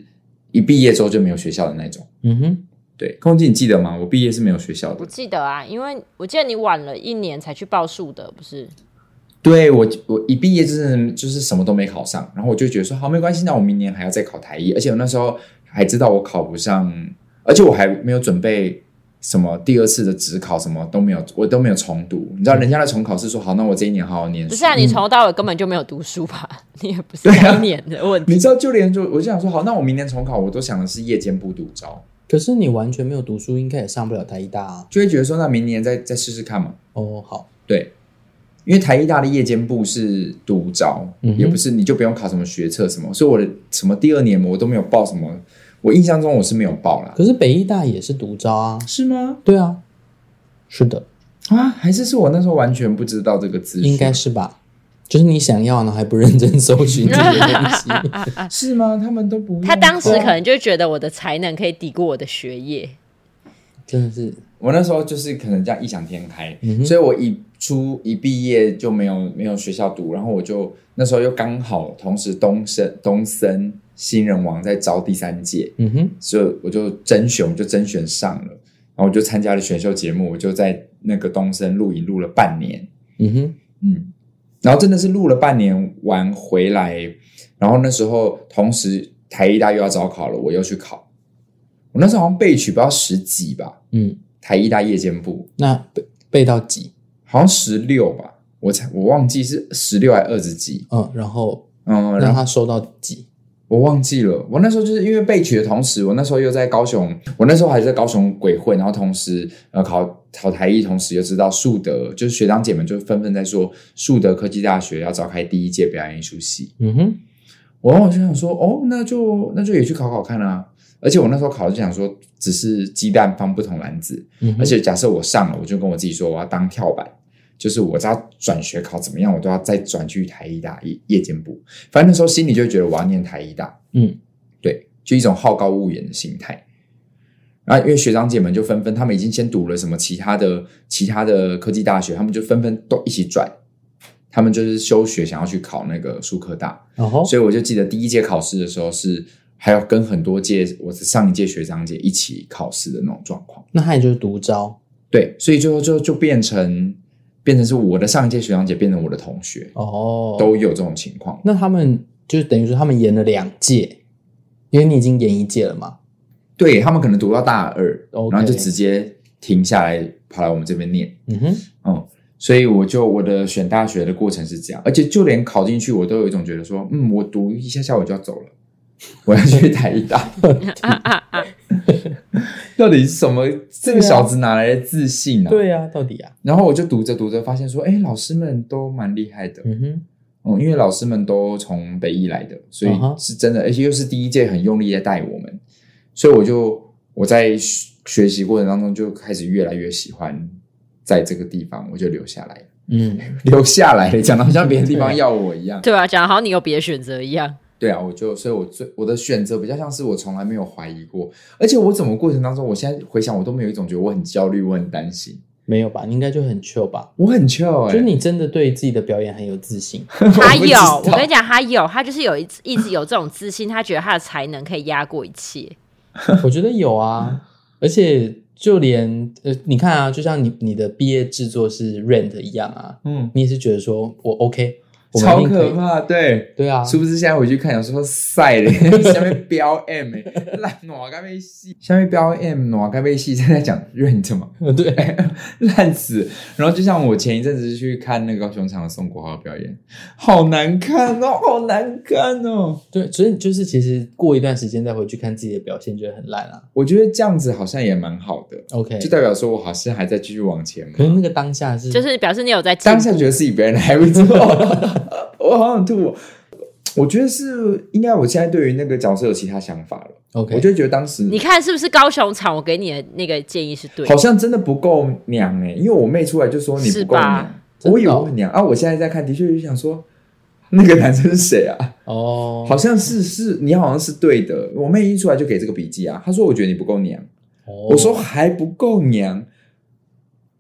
S1: 一毕业之后就没有学校的那种。
S2: 嗯哼，
S1: 对，空姐你记得吗？我毕业是没有学校
S3: 我
S1: 的，嗯
S3: 记得啊，因为我记得你晚了一年才去报数的，不是？
S1: 对我，我一毕业就是就是什么都没考上，然后我就觉得说好没关系，那我明年还要再考台一，而且我那时候还知道我考不上，而且我还没有准备什么第二次的职考，什么都没有，我都没有重读。你知道人家的重考是说好，那我这一年好好念书
S3: 不，是啊，你从头到尾根本就没有读书吧？ 你也不是
S1: 对啊
S3: 一年的问题。
S1: 你知道就连就我就想说好，那我明年重考，我都想的是夜间部独招，
S2: 可是你完全没有读书，应该也上不了台一大啊。
S1: 就会觉得说那明年再再试试看嘛。
S2: 哦，好，
S1: 对，因为台艺大的夜间部是独招，
S2: 嗯哼
S1: 也不是你就不用考什么学测什么，所以我的什么第二年我都没有报什么，我印象中我是没有报啦，
S2: 可是北医大也是独招啊。
S1: 是吗？
S2: 对啊，是的，
S1: 啊，还是是我那时候完全不知道这个资讯，
S2: 应该 是吧？就是你想要，然后还不认真搜寻这些东西。
S1: 是吗？他们都不用报，
S3: 他当时可能就觉得我的才能可以抵过我的 学业，
S2: 真的是，
S1: 我那时候就是可能这样异想天开，
S2: 嗯哼
S1: 所以我一出一毕业就没有没有学校读，然后我就那时候又刚好同时东森东森新人王在招第三届，
S2: 嗯哼，
S1: 所以我就甄选，我就甄选上了，然后我就参加了选秀节目，我就在那个东森录影录了半年，
S2: 嗯哼，
S1: 嗯，然后真的是录了半年完回来，然后那时候同时台艺大又要招考了，我又去考，我那时候好像被取不到十几吧，
S2: 嗯，
S1: 台艺大夜间部
S2: 那背背到几？
S1: 好像十六吧，我才我忘记是十六还二十几，
S2: 嗯，然后
S1: 嗯，然
S2: 让
S1: 后
S2: 他收到几？
S1: 我忘记了，我那时候就是因为被取的同时，我那时候又在高雄，我那时候还在高雄鬼混，然后同时呃考考台艺，同时又知道树德，就是学长姐们就纷纷在说树德科技大学要召开第一届表演艺术系，
S2: 嗯哼，
S1: 我我就想说哦，那就那就也去考考看啊，而且我那时候考就想说只是鸡蛋放不同篮子，
S2: 嗯哼
S1: 而且假设我上了，我就跟我自己说我要当跳板，就是我只要转学考怎么样，我都要再转去台艺大夜夜间部。反正那时候心里就会觉得我要念台艺大，
S2: 嗯，
S1: 对，就一种好高骛远的心态。啊，因为学长姐们就纷纷，他们已经先读了什么其他的其他的科技大学，他们就纷纷都一起转，他们就是休学想要去考那个数科大，
S2: 然后
S1: 所以我就记得第一届考试的时候是还要跟很多届我上一届学长姐一起考试的那种状况。
S2: 那他也就是独招
S1: 对，所以最后就就变成变成是我的上一届学长姐变成我的同学，
S2: 哦。
S1: 都有这种情况。
S2: 那他们就是等于说他们演了两届，因为你已经演一届了嘛。
S1: 对他们可能读到大二
S2: OK
S1: 然后就直接停下来跑来我们这边念。
S2: 嗯哼，
S1: 嗯，所以我就我的选大学的过程是这样，而且就连考进去，我都有一种觉得说，嗯，我读一下下我就要走了， 我要去台一大。 到底是什么？这个小子哪来的自信啊？。
S2: 啊对啊，到底啊，
S1: 然后我就读着读着发现说，哎，老师们都蛮厉害的，
S2: 嗯哼，
S1: 嗯，因为老师们都从北艺来的，所以
S2: 嗯哼
S1: 是真的，而且又是第一届很用力在带我们，所以我就我在学学习过程当中就开始越来越喜欢在这个地方，我就留下来了，
S2: 嗯，
S1: 留下来了，讲的好像别的地方要我一样。
S3: 对吧、讲得好像你有别的选择一样。
S1: 对啊，我就所以我最我的选择比较像是我从来没有怀疑过，而且我整个过程当中，我现在回想，我都没有一种觉得我很焦虑，我很担心，
S2: 没有吧？你应该就很 chill 吧？
S1: 我很 chill 哎、
S2: 就是你真的对自己的表演很有自信。
S3: 他
S1: 不知
S3: 有
S1: 道，
S3: 我跟你讲，他有，他就是有一一直有这种自信，他觉得他的才能可以压过一切。
S2: 我觉得有啊，而且就连呃，你看啊，就像你你的毕业制作是 Rent 一样啊，
S1: 嗯，
S2: 你也是觉得说我 OK，我们
S1: 超
S2: 一定可
S1: 可
S2: 以，
S1: 怕，对。
S2: 对啊，
S1: 殊不知现在回去看，想说晒嘞，下面标 M 哎、欸，烂哪该被戏，下面标 M 哪该被戏，正在讲 rent 嘛，
S2: 对，
S1: 烂死。然后就像我前一阵子去看那个高雄场的宋国豪表演，好难看哦，好难看哦。
S2: 对，所以就是其实过一段时间再回去看自己的表现，觉得很烂啊。
S1: 我觉得这样子好像也蛮好的，
S2: OK，
S1: 就代表说我好像还在继续往前
S2: 可是
S1: 嘛。
S2: 那个当下是
S3: 就是表示你有在
S1: 嗯
S3: 进
S1: 当
S3: 步
S1: 下觉得自己表演得还不错， 我好想吐哦。我觉得是应该，我现在对于那个角色有其他想法了。
S2: OK，
S1: 我就觉得当时
S3: 你看是不是高雄场？我给你的那个建议是对的
S1: 好。像真的不够娘哎、因为我妹出来就说你不够
S3: 是
S1: 娘，
S2: 真的哦
S1: 我以为我很娘啊，我现在在看，的确就想说那个男生是谁啊？
S2: 哦，
S1: 好像是是你好像是对的，我妹一出来就给这个笔记啊，她说我觉得你不够娘，
S2: 哦，
S1: 我说还不够娘。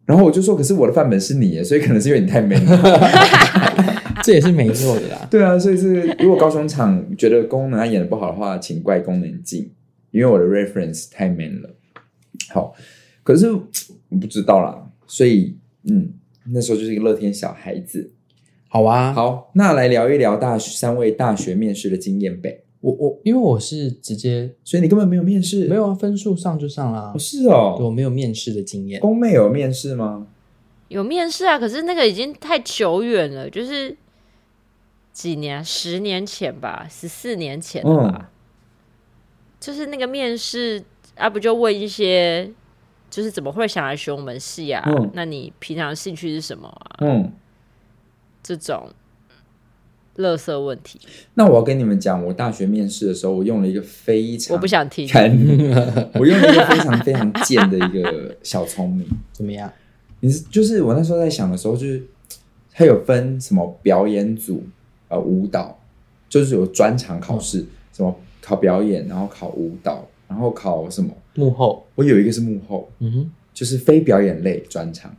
S1: 然后我就说，可是我的范本是你耶，所以可能是因为你太美了。
S2: 这也是没错的 啦。
S1: 对啊，所以是如果高雄场觉得功能他演的不好的话，请怪功能进，因为我的 reference 太 man 了。好，可是我不知道啦，所以嗯，那时候就是一个乐天小孩子，
S2: 好啊，
S1: 好，那来聊一聊大学三位大学面试的经验呗。
S2: 我我因为我是直接
S1: 所以你根本没有面试，
S2: 没有啊，分数上就上啦
S1: 哦？、是
S2: 对我
S1: 哦，
S2: 没有面试的经验。
S1: 公妹有面试吗？
S3: 有面试啊，可是那个已经太久远了，就是几年，啊十年前吧，十四年前了吧。
S1: 嗯
S3: 就是那个面试啊，不就问一些，就是怎么会想来学我们系啊？
S1: 嗯
S3: 那你平常兴趣是什么啊？
S1: 嗯，
S3: 这种垃圾问题，
S1: 那我要跟你们讲，我大学面试的时候，我用了一个非常
S3: 我不想听。
S1: 看， 我用了一个非常非常贱的一个小聪明。
S2: 怎么样？
S1: 你是就是我那时候在想的时候，就是它有分什么表演组、呃舞蹈，就是有专场考试，
S2: 嗯
S1: 什么考表演，然后考舞蹈，然后考什么？
S2: 幕后，
S1: 我有一个是幕后，
S2: 嗯哼，
S1: 就是非表演类专场。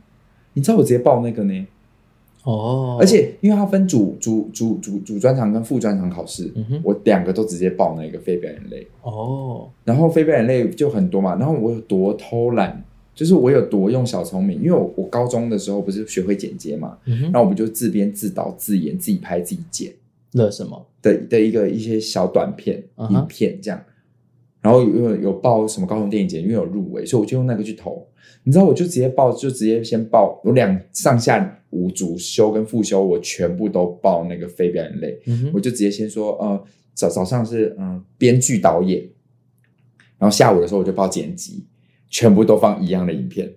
S1: 你知道我直接报那个呢？
S2: 哦，
S1: 而，且因为它分主主主主主专场跟副专场考试，
S2: 嗯哼，
S1: 我两个都直接报那个非表演类。
S2: 哦，
S1: 然后非表演类就很多嘛，然后我有多偷懒，就是我有多用小聪明，因为我我高中的时候不是学会剪接嘛，
S2: 嗯
S1: 然
S2: 哼，
S1: 后我们就自编自导自演自己拍自己剪
S2: 乐什么？
S1: 的的一个一些小短片、
S2: 嗯哼
S1: 影片这样，然后有有报什么高雄电影节，因为有入围，所以我就用那个去投。你知道，我就直接报，就直接先报，我两上下五主修跟副修，我全部都报那个非表演类。
S2: 嗯
S1: 我
S2: 哼，
S1: 就直接先说，呃，早早上是嗯编剧导演，然后下午的时候我就报剪辑，全部都放一样的影片。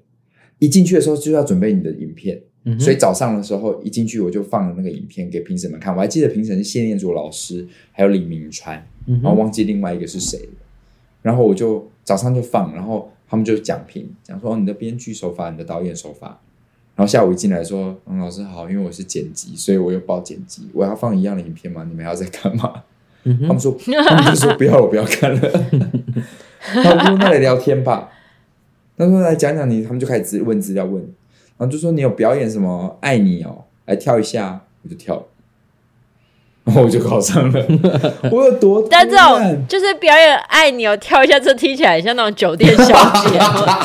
S1: 一进去的时候就要准备你的影片，
S2: 嗯哼
S1: 所以早上的时候一进去我就放了那个影片给评审们看。我还记得评审是谢念祖老师，还有李明川，
S2: 嗯
S1: 然后
S2: 哼，
S1: 忘记另外一个是谁了。然后我就早上就放，然后他们就讲评，讲说、哦、你的编剧手法，你的导演手法。然后下午一进来说，嗯，老师好，因为我是剪辑，所以我又报剪辑，我要放一样的影片吗？你们要在干嘛？
S2: 嗯
S1: 他们
S2: 哼，
S1: 说，他们就说不要了，我不要看了。然后我就说那来聊天吧。他说来讲讲你，他们就开始资问资料问，然后就说你有表演什么爱你哦，来跳一下，我就跳了，然后我就考上了。我有多
S3: 但这
S1: 烂
S3: 种就是表演爱你哦，跳一下，这听起来很像那种酒店小姐，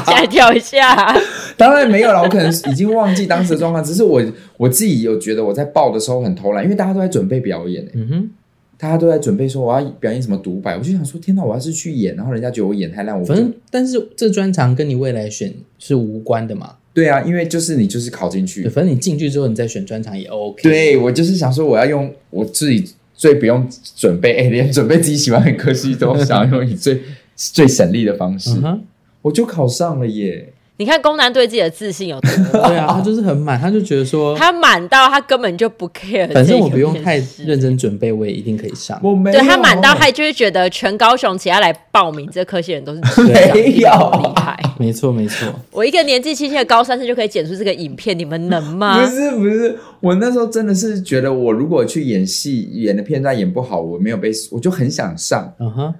S3: 再跳一下。
S1: 当然没有了，我可能已经忘记当时的状况，只是我我自己有觉得我在报的时候很偷懒，因为大家都在准备表演、欸，
S2: 嗯哼，
S1: 大家都在准备说我要表演什么独白，我就想说天哪，我要是去演，然后人家觉得我演太烂，我就
S2: 反正但是这专长跟你未来选是无关的嘛。
S1: 对啊，因为就是你就是考进去
S2: 对，，反正你进去之后，你再选专长也 OK。
S1: 对我就是想说我要用我自己最不用准备，哎、 连准备自己喜欢的科系都想要用你 最最省力的方式，
S2: 嗯哼，
S1: 我就考上了耶。
S3: 你看宫南对自己的自信有多
S2: 对啊，他就是很满，他就觉得说，
S1: 哦
S3: 他满到他根本就不 care，
S2: 反正
S3: 这
S2: 我
S3: 个
S2: 不用
S3: 面
S2: 太
S3: 试
S2: 认真准备，我也一定可以上。
S1: 我没有，啊
S3: 对他满到他就是觉得全高雄其他来报名这科系的人都是智障
S1: 没有啊
S3: 一定很厉害。
S2: 没错，没错。
S3: 我一个年纪轻轻的高三生就可以剪出这个影片，你们能吗
S1: 不？是不是，我那时候真的是觉得，我如果去演戏，演的片段演不好，我没有被，我就很想上，
S2: 嗯哼，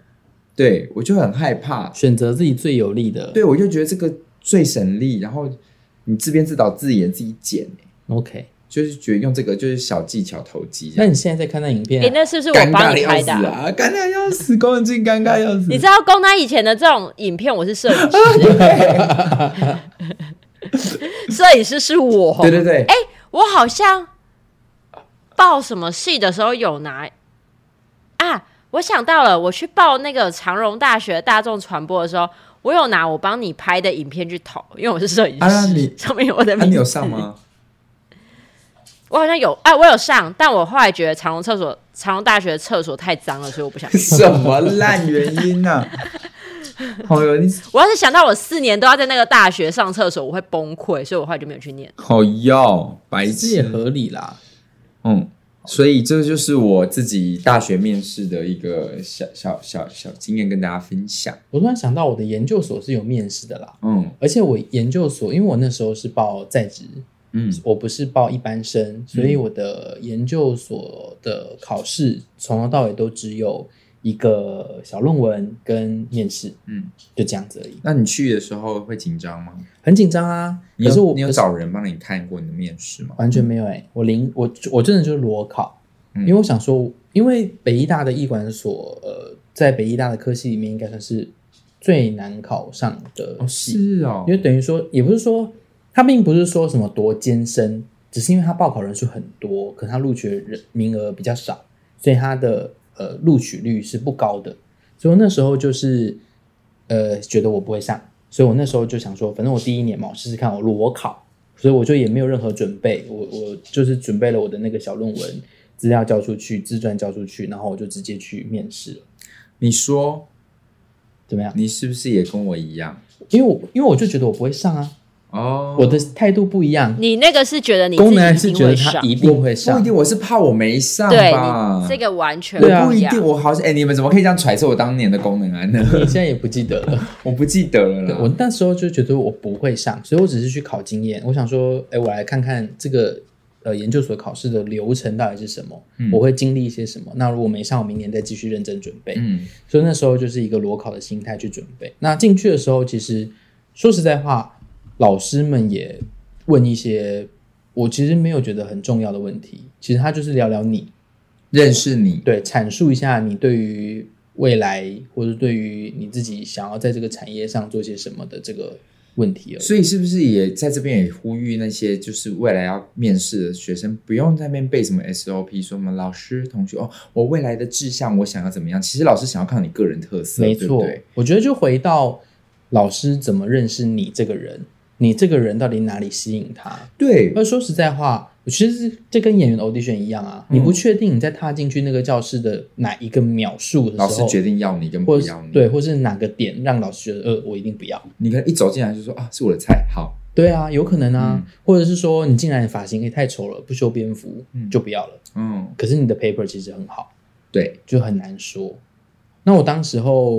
S1: 对我就很害怕，
S2: 选择自己最有利的。
S1: 对我就觉得这个最省力，然后你自编自导自演自己剪、
S2: ，OK。
S1: 就是觉得用这个就是小技巧投机这
S2: 那
S1: 样，
S2: 你现在在看那影片
S3: 哎、
S2: 啊、
S3: 那是不是
S1: 尴
S3: 我
S1: 尬
S3: 帮
S1: 的
S3: 你
S1: 要
S3: 拍
S1: 死
S3: 的啊、
S1: 啊，尴尬要死，宫文静尴尬要死
S3: 你，知道宫南以前的这种影片我是摄 影师， 摄影师是我。
S1: 对对
S2: 哎
S1: 对，
S3: 我好像报什么系的时候有拿啊，我想到了，我去报那个长荣大学大众传播的时候，我有拿我帮你拍的影片去投，因为我是摄影师，
S1: 啊你
S3: 上面有我的
S1: 那、
S3: 名
S1: 你
S3: 字。
S1: 有上吗？。
S3: 我好像有，哎、我有上，但我后来觉得长荣厕所、长荣大学的厕所太脏了，所以我不想
S1: 什么烂原因呐、 好哟，你
S3: 我要是想到我四年都要在那个大学上厕所，我会崩溃，所以我后来就没有去念。
S1: 好哟，白
S2: 这也合理啦。
S1: 嗯，所以这就是我自己大学面试的一个小小小小经验，跟大家分享。
S2: 我突然想到，我的研究所是有面试的啦，
S1: 嗯
S2: 而且我研究所，因为我那时候是报在职，
S1: 嗯
S2: 我不是报一般生，所以我的研究所的考试从头到尾都只有一个小论文跟面试，
S1: 嗯，
S2: 就这样子而已，
S1: 那你去的时候会紧张吗？
S2: 很紧张啊。
S1: 你
S2: 可
S1: 有
S2: 是我
S1: 你有
S2: 可是
S1: 找人帮你看过你的面试吗？
S2: 完全没有哎、我零我我真的就是裸考，
S1: 嗯
S2: 因为我想说，因为北医大的医管所，呃，在北医大的科系里面应该算是最难考上的
S1: 哦，
S2: 系，
S1: 是哦
S2: 因，为等于说也不是说它并不是说什么多艰深，只是因为他报考人数很多，可他录取的人名额比较少，所以他的呃录取率是不高的。所以我那时候就是呃觉得我不会上，所以我那时候就想说，反正我第一年嘛，我试试看我裸考，所以我就也没有任何准备，我我就是准备了我的那个小论文资料交出去，自传交出去，然后我就直接去面试了。
S1: 你说
S2: 怎么样？
S1: 你是不是也跟我一样？
S2: 因为我因为我就觉得我不会上啊，
S1: 哦，
S2: 我的态度不一样。
S3: 你那个是觉得你
S2: 功能还
S3: 自己
S2: 是
S3: 一
S2: 觉得他
S3: 定会上，
S2: 一定会上，
S1: 不一定，我是怕我没上
S3: 对
S1: 吧
S3: 你？这个完全
S2: 对啊
S1: 不
S3: 一
S1: 一
S3: 样
S1: 定，。我好像哎、你们怎么可以这样揣测我当年的功能安呢？
S2: 你现在也不记得了。
S1: 我不记得了
S2: 对
S1: 啦。
S2: 我那时候就觉得我不会上，所以我只是去考经验。我想说，哎，我来看看这个呃研究所考试的流程到底是什么，我会经历一些什么。那如果没上，我明年再继续认真准备。
S1: 嗯，
S2: 所以那时候就是一个裸考的心态去准备。那进去的时候，其实说实在话，老师们也问一些我其实没有觉得很重要的问题，其实他就是聊聊你，
S1: 认识你，
S2: 对，阐述一下你对于未来或者对于你自己想要在这个产业上做些什么的这个问题而已。
S1: 所以是不是也在这边也呼吁那些就是未来要面试的学生，不用在那边背什么 SOP，说什么老师、同学哦，我未来的志向我想要怎么样？其实老师想要看你个人特色，
S2: 没
S1: 对不
S2: 错，
S1: 对？
S2: 我觉得就回到老师怎么认识你这个人，你这个人到底哪里吸引他？
S1: 对，
S2: 而说实在话，我其实这跟演员的 audition 一样啊，
S1: 嗯
S2: 你不确定你在踏进去那个教室的哪一个秒数的时候，
S1: 老师决定要你跟不
S2: 或是
S1: 要你，
S2: 对，或是哪个点让老师觉得呃，我一定不要。
S1: 你可能一走进来就说啊，是我的菜，好，
S2: 对啊，有可能啊，或者是说你进来的发型也太丑了，不修边幅、
S1: 嗯
S2: 就不要了。
S1: 嗯，
S2: 可是你的 paper 其实很好，
S1: 对，
S2: 就很难说。那我当时候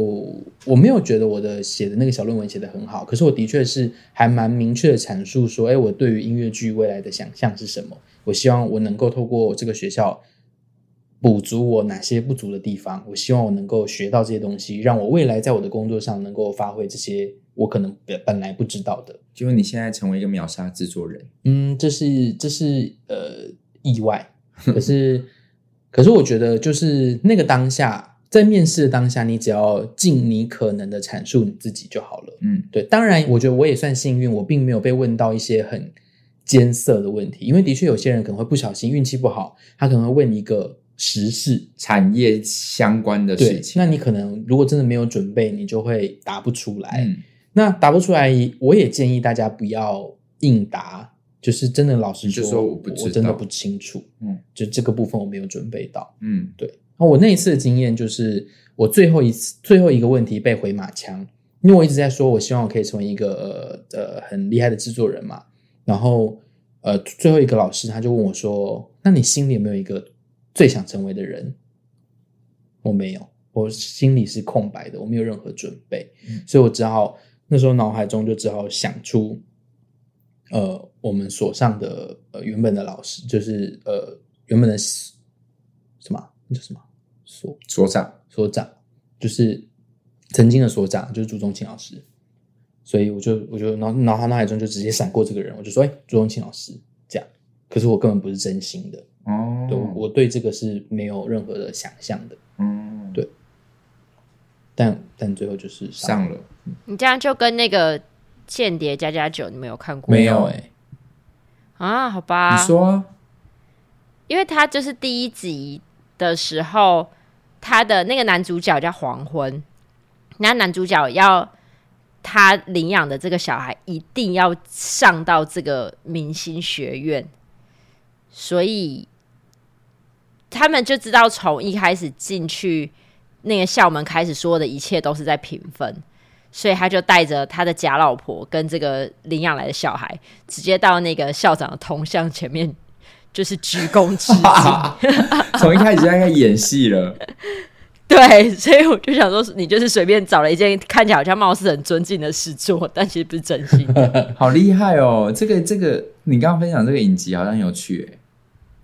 S2: 我没有觉得我的写的那个小论文写得很好，可是我的确是还蛮明确的阐述说，哎，我对于音乐剧未来的想象是什么？我希望我能够透过这个学校补足我哪些不足的地方，我希望我能够学到这些东西，让我未来在我的工作上能够发挥这些我可能本本来不知道的。
S1: 就是你现在成为一个秒杀制作人，
S2: 嗯，这是这是呃意外，可是可是我觉得就是那个当下，在面试的当下，你只要尽你可能的阐述你自己就好了。
S1: 嗯，
S2: 对，当然我觉得我也算幸运，我并没有被问到一些很艰涩的问题，因为的确有些人可能会不小心运气不好，他可能会问一个时事，
S1: 产业相关的
S2: 对
S1: 事，情，
S2: 那你可能如果真的没有准备，你就会答不出来。
S1: 嗯，
S2: 那答不出来，我也建议大家不要硬答，就是真的老实
S1: 你
S2: 说，
S1: 就说我
S2: 我
S1: 不知道
S2: 真的不清楚，
S1: 嗯，
S2: 就这个部分我没有准备到。
S1: 嗯，
S2: 那我那一次的经验就是，我最后一次最后一个问题被回马枪，因为我一直在说，我希望我可以成为一个呃呃很厉害的制作人嘛。然后呃，最后一个老师他就问我说：“那你心里有没有一个最想成为的人？”我没有，我心里是空白的，我没有任何准备，
S1: 嗯
S2: 所以我只好那时候脑海中就只好想出，呃，我们所上的呃原本的老师就是呃原本的什么啊那叫什么啊所
S1: 所长，
S2: 所长，就是曾经的所长，就是朱宗庆老师。所以我就我就脑脑脑海中就直接闪过这个人，我就说，哎、朱宗庆老师这样。可是我根本不是真心的，
S1: 哦，
S2: 对，我我对这个是没有任何的想象的。
S1: 嗯，
S2: 对但但最后就是了
S1: 上了，
S3: 你这样就跟那个《间谍加加酒》，你们有看过吗
S2: 没有哎、
S1: 欸
S3: 啊？好吧，
S1: 你说 啊，
S3: 因为他就是第一集的时候，他的那个男主角叫黄昏，那男主角要他领养的这个小孩一定要上到这个明星学院，所以他们就知道从一开始进去那个校门开始，所有的一切都是在评分。所以他就带着他的假老婆跟这个领养来的小孩，直接到那个校长的铜像前面，就是鞠躬致 敬。
S1: 从一开始就在演戏了，
S3: 对，所以我就想说，你就是随便找了一件看起来好像貌似很尊敬的事做，但其实不是真 心的。
S1: 好厉害哦！这个这个，你刚刚分享这个影集好像有趣诶，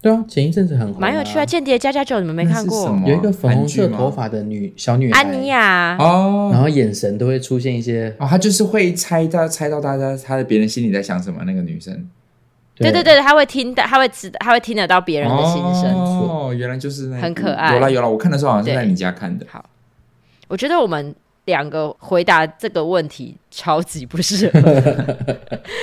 S2: 对啊，前一阵子很红、
S3: 蛮有趣啊，《间谍加加酒》你们没看
S1: 那是什
S3: 过？
S1: 么
S2: 有一个粉
S1: 韩
S2: 红色
S1: 剧吗
S2: 头发的女小女孩，
S3: 安妮啊亚，
S2: 然
S1: 哦
S2: 后眼神都会出现一些，
S1: 哦，他就是会猜到猜到大家他的别人心里在想什么，那个女生
S3: 对对对，她会听到，她会知，她会听得到别人的心声。
S1: 哦，原来就是那一部
S3: 很可爱
S1: 有啦有啦，我看的时候好像是在
S3: 对
S1: 你家看的，
S3: 好，我觉得我们两个回答这个问题超级不适 合，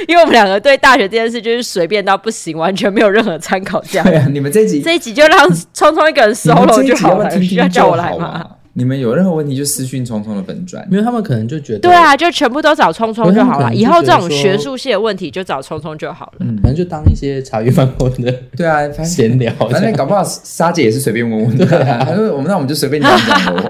S3: 因为我们两个对大学这件事就是随便到不行，完全没有任何参考价值
S1: 对。啊，你们这集
S3: 这一集就让聪聪一个人
S1: 你们这
S3: solo
S1: 一
S3: 就
S1: 集要
S3: 好
S1: 不
S3: 了，
S1: 要听
S3: 需要
S1: 听就
S3: 叫我来
S1: 好
S3: 吗？
S1: 嘛？你们有任何问题就私讯聪聪的本专。
S2: 没有，他们可能就觉得，
S3: 对，啊，就全部都找聪聪就好
S2: 我
S3: 了。
S2: 很
S3: 以后这
S2: 就
S3: 种
S2: 觉得说
S3: 学术系的问题就找聪聪就好
S1: 嗯
S3: 了。
S2: 嗯可能就当一些茶余饭后的
S1: 对啊，反正
S2: 闲聊这
S1: 反正
S2: 样。
S1: 搞不好莎姐也是随便问问的啊， 她说我们那我们就随便讲讲 咯。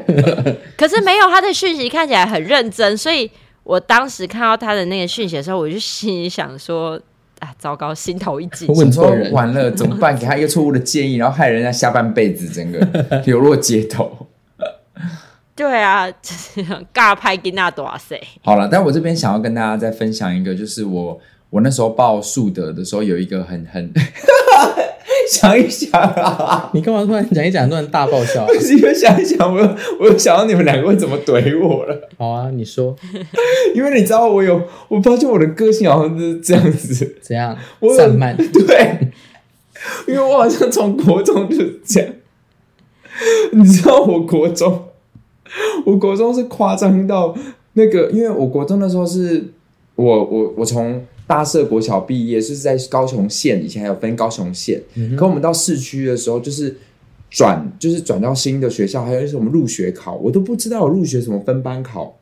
S3: 可是没有他的讯息看起来很认真，所以我当时看到他的那个讯息的时候，我就心里想说：啊，糟糕，心头一紧。
S2: 问
S1: 想
S2: 错
S1: 说
S2: 人
S1: 完了怎么办？给她一个错误的建议，然后害人家下半辈子整 个流落街头。
S3: 对啊， 就是很尬拍跟那多塞。
S1: 好了，但我这边想要跟大家再分享一个，就是我我那时候报树德的时候有一个很 很，想一想啊，
S2: 你干嘛突然讲一讲，突然大爆笑啊、
S1: 不是因为想一想，我又我又想到你们两个会怎么怼我了。
S2: 好啊，你 说
S1: 因为你知道我有，我发现我的个性好像是这样子，
S2: 怎样
S1: 我？有
S2: 散漫，
S1: 对，因为我好像从国中就是这样， 你知道我国中，我国中是夸张到那个，因为我国中的时候是我我我从大社国小毕业，是在高雄县，以前还有分高雄县，可我们到市区的时候就是。转就是转到新的学校，还有就是我们入学考，我都不知道我入学什么分班考，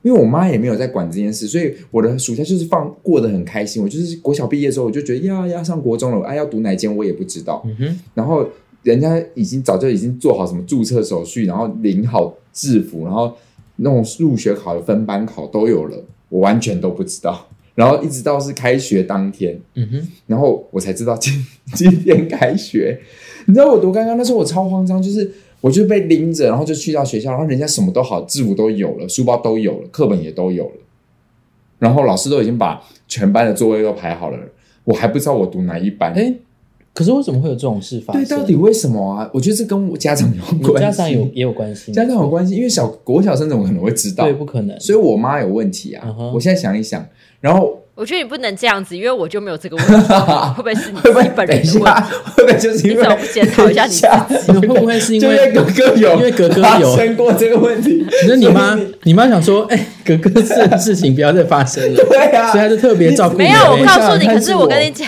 S1: 因为我妈也没有在管这件事，所以我的暑假就是放过得很开心。我就是国小毕业之后，我就觉得呀要上国中了，哎、要读哪间我也不知道。
S2: 嗯哼，
S1: 然后人家已经早就已经做好什么注册手续，然后领好制服，然后那种入学考的分班考都有了，我完全都不知道。 然后一直到是开学当天，
S2: 嗯哼，
S1: 然后我才知道今今天开学，你知道我多尴尬？那时候我超慌张，就是我就被拎着，然后就去到学校，然后人家什么都好，制服都有了，书包都有了，课本也都有了，然后老师都已经把全班的座位都排好了，我还不知道我读哪一班。
S2: 哎、可是为什么会有这种事发生？
S1: 对，到底为什么啊？我觉得这跟我家长有
S2: 你
S1: 关系，
S2: 家长有也有关系吗，
S1: 家长有关系，因为小国小生怎么可能会知道
S2: 对，？不可能，
S1: 所以我妈有问题啊。
S2: 嗯哼
S1: 我现在想一想，然后
S3: 我觉得你不能这样子，因为我就没有这个问题，会不会是你
S1: 会不
S3: 自
S1: 会
S3: 己本
S1: 等一
S3: 人的问
S1: 下
S3: 题？？
S1: 会不会就是
S3: 你
S1: 因
S3: 怎
S1: 为
S3: 么不检讨一下你自己？
S2: 你会不会是 因
S1: 就因为
S2: 为
S1: 哥哥有，
S2: 因为哥哥有
S1: 发生过这个问题，
S2: 可 是你妈
S1: 所以，
S2: 你妈想说， 哎、哥哥这个事情不要再发生了，
S1: 对啊，
S2: 所以她就特别照顾你。
S3: 没有，我
S2: 哎
S3: 告诉你，
S1: 你
S3: 可是
S1: 我
S3: 我跟你讲，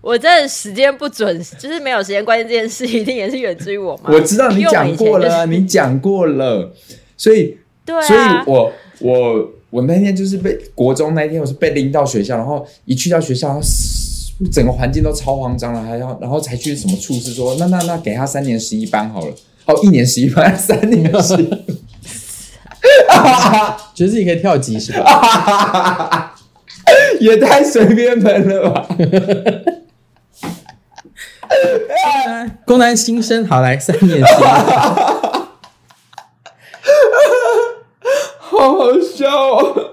S3: 我真的时间不准，就是没有时间关心这件事，一定也是源自于我妈。
S1: 我知道你
S3: 因为我
S1: 讲
S3: 以前
S1: 过
S3: 就是
S1: 了啊，你讲过了，所以，
S3: 对啊，
S1: 所以我我我那天就是被国中那一天，我是被拎到学校，然后一去到学校，然后整个环境都超慌张了，还要然后才去什么处室说，那那那给他三年十一班好了，哦，一年十一班，三年十一班。
S2: 觉得自己可以跳级是吧？
S1: 也太随便门了吧！
S2: 公男新生，好来三年级，
S1: 好好笑哦！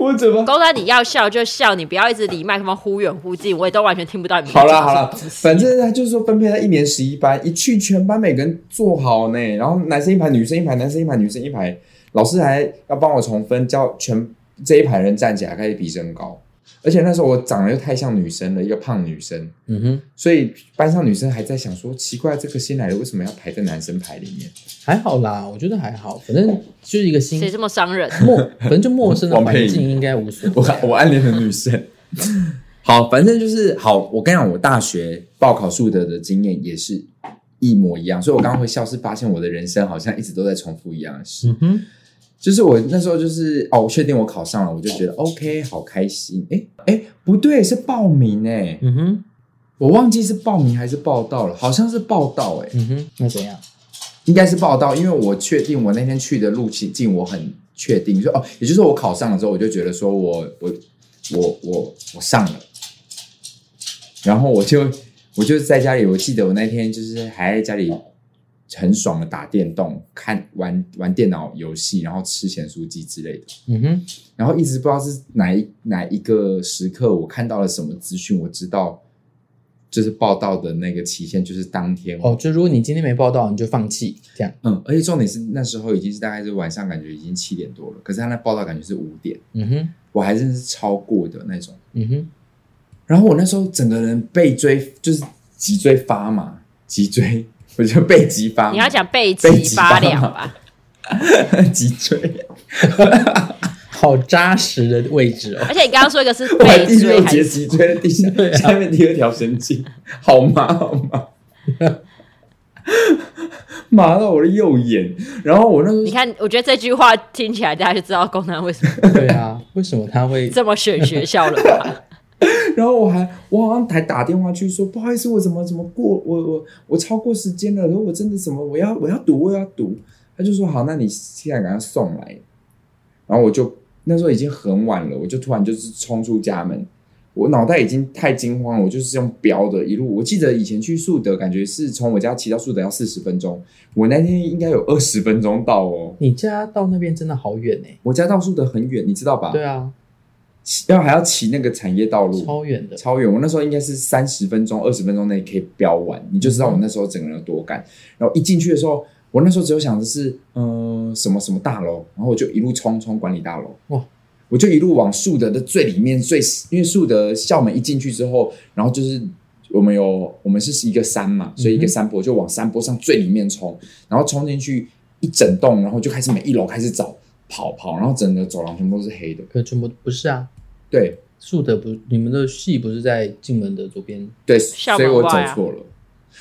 S1: 我怎么
S3: 高丹，你要笑就笑，你不要一直离麦克风忽远忽近，我也都完全听不到你们在
S1: 好
S3: 讲什
S1: 啦
S3: 么。
S1: 好啦，反正他就是说分配在一年十一班，一去全班每个人坐好呢，然后男生一排，女生一排，男生一排，女生一排，老师还要帮我重分，叫全这一排人站起来开始比身高，而且那时候我长得又太像女生了，一个胖女生，
S2: 嗯哼，
S1: 所以班上女生还在想说，奇怪，这个新来的为什么要排在男生排里面？
S2: 还好啦，我觉得还好，反正就是一个新
S3: 谁这么伤
S1: 嗯
S3: 人？
S2: 陌，反正就陌生的
S1: 王 佩
S2: 环
S1: 仪
S2: 境应该无所
S1: 我
S2: 谓。
S1: 我暗恋的女 生。好，反正就是好。我跟你讲，我大学报考树德的经验也是一模一样，所以我刚刚会笑，是发现我的人生好像一直都在重复一样的事。
S2: 嗯哼，
S1: 就是我那时候就是哦，我确定我考上了，我就觉得 OK，好开心。哎哎，诶不对，是报名哎、
S2: 嗯哼，
S1: 我忘记是报名还是报到了，好像是报到哎、
S2: 嗯哼，那怎样？
S1: 应该是报到，因为我确定我那天去的路径我很确定，说哦，也就是我考上了之后，我就觉得说我我我我我上了，然后我就我就在家里，我记得我那天就是还在家里很爽的打电动、看玩玩电脑游戏，然后吃咸酥鸡之类的，
S2: 嗯哼，
S1: 然后一直不知道是哪一哪一个时刻，我看到了什么资讯，我知道就是报道的那个期限就是当天
S2: 哦，就如果你今天没报到，你就放弃这样。
S1: 嗯，而且重点是那时候已经是大概是晚上，感觉已经七点多了，可是他那报道感觉是五点，
S2: 嗯哼，
S1: 我还真的是超过的那种。
S2: 嗯哼，
S1: 然后我那时候整个人被追，就是脊椎发麻，脊椎，我就被激发麻。
S3: 你要讲
S1: 背
S3: 背脊
S1: 脊
S3: 八
S1: 八
S3: 两
S1: 两
S3: 吧？
S1: 脊椎。
S2: 好扎实的位置哦。
S3: 而且你刚刚说一个是
S1: 我还
S3: 背
S1: 第
S3: 椎
S1: 六
S3: 还
S1: 哎节
S3: 是
S1: 脊椎的第三，
S2: 对啊
S1: 下面第二条神经，好麻好麻， 麻到我的右眼。然后我那时候
S3: 你看，我觉得这句话听起来大家就知道宫南为什么
S2: 对啊，为什么他会？
S3: 这么选学校了
S1: 嗯
S3: 吧？
S1: 然后我还我好像还打电话去说，不好意思，我怎么怎么过，我我我超过时间了，然后我真的什么，我要我要赌，我要赌。他就说好，那你现在给他送来。然后我就那时候已经很晚了，我就突然就是冲出家门，我脑袋已经太惊慌了，我就是用飙的，一路我记得以前去树德，感觉是从我家骑到树德要四十分钟，我那天应该有二十分钟到哦。
S2: 你家到那边真的好远哎、
S1: 我家到树德很远，你知道吧？
S2: 对，啊，
S1: 要还要骑那个产业道路，
S2: 超远的。
S1: 超远。我那时候应该是三十分钟、二十分钟内可以飙完，你就知道我那时候整个人有多赶。然后一进去的时候，我那时候只有想的是，嗯、什么什么大楼，然后我就一路冲冲管理大楼，
S2: 哇！
S1: 我就一路往树德的最里面最，因为树德校门一进去之后，然后就是我们有我们是一个山嘛，所以一个山坡就往山坡上最里面冲，然后冲进去一整栋，然后就开始每一楼开始找跑跑，然后整个走廊全部都是黑的，
S2: 可全部不是啊，
S1: 对
S2: 树德不，你们的系不是在进门的左边？
S1: 对，
S3: 校
S1: 所以
S3: 门
S1: 我
S3: 外
S1: 走
S3: 啊
S1: 错了。